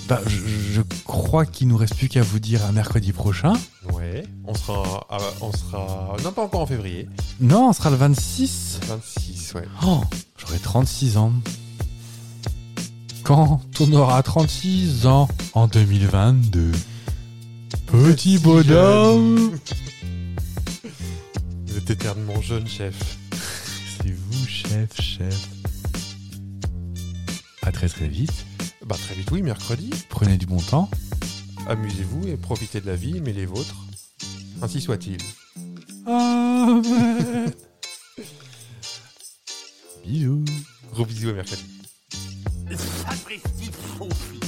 Bah, je, je crois qu'il nous reste plus qu'à vous dire à mercredi prochain. Ouais. On sera, ah bah, on sera, non pas encore en février. Non, on sera le 26. 26, ouais. Oh, j'aurai 36 ans. Quand on aura 36 ans en 2022. Petit bonhomme Vous êtes éternellement jeune, chef. C'est vous, chef, chef. À très très vite. Bah très vite, oui, mercredi. Prenez du bon temps. Amusez-vous et profitez de la vie, mais les vôtres. Ainsi soit-il. Bisous. Gros bisous à mercredi. Sapristi, de son fils.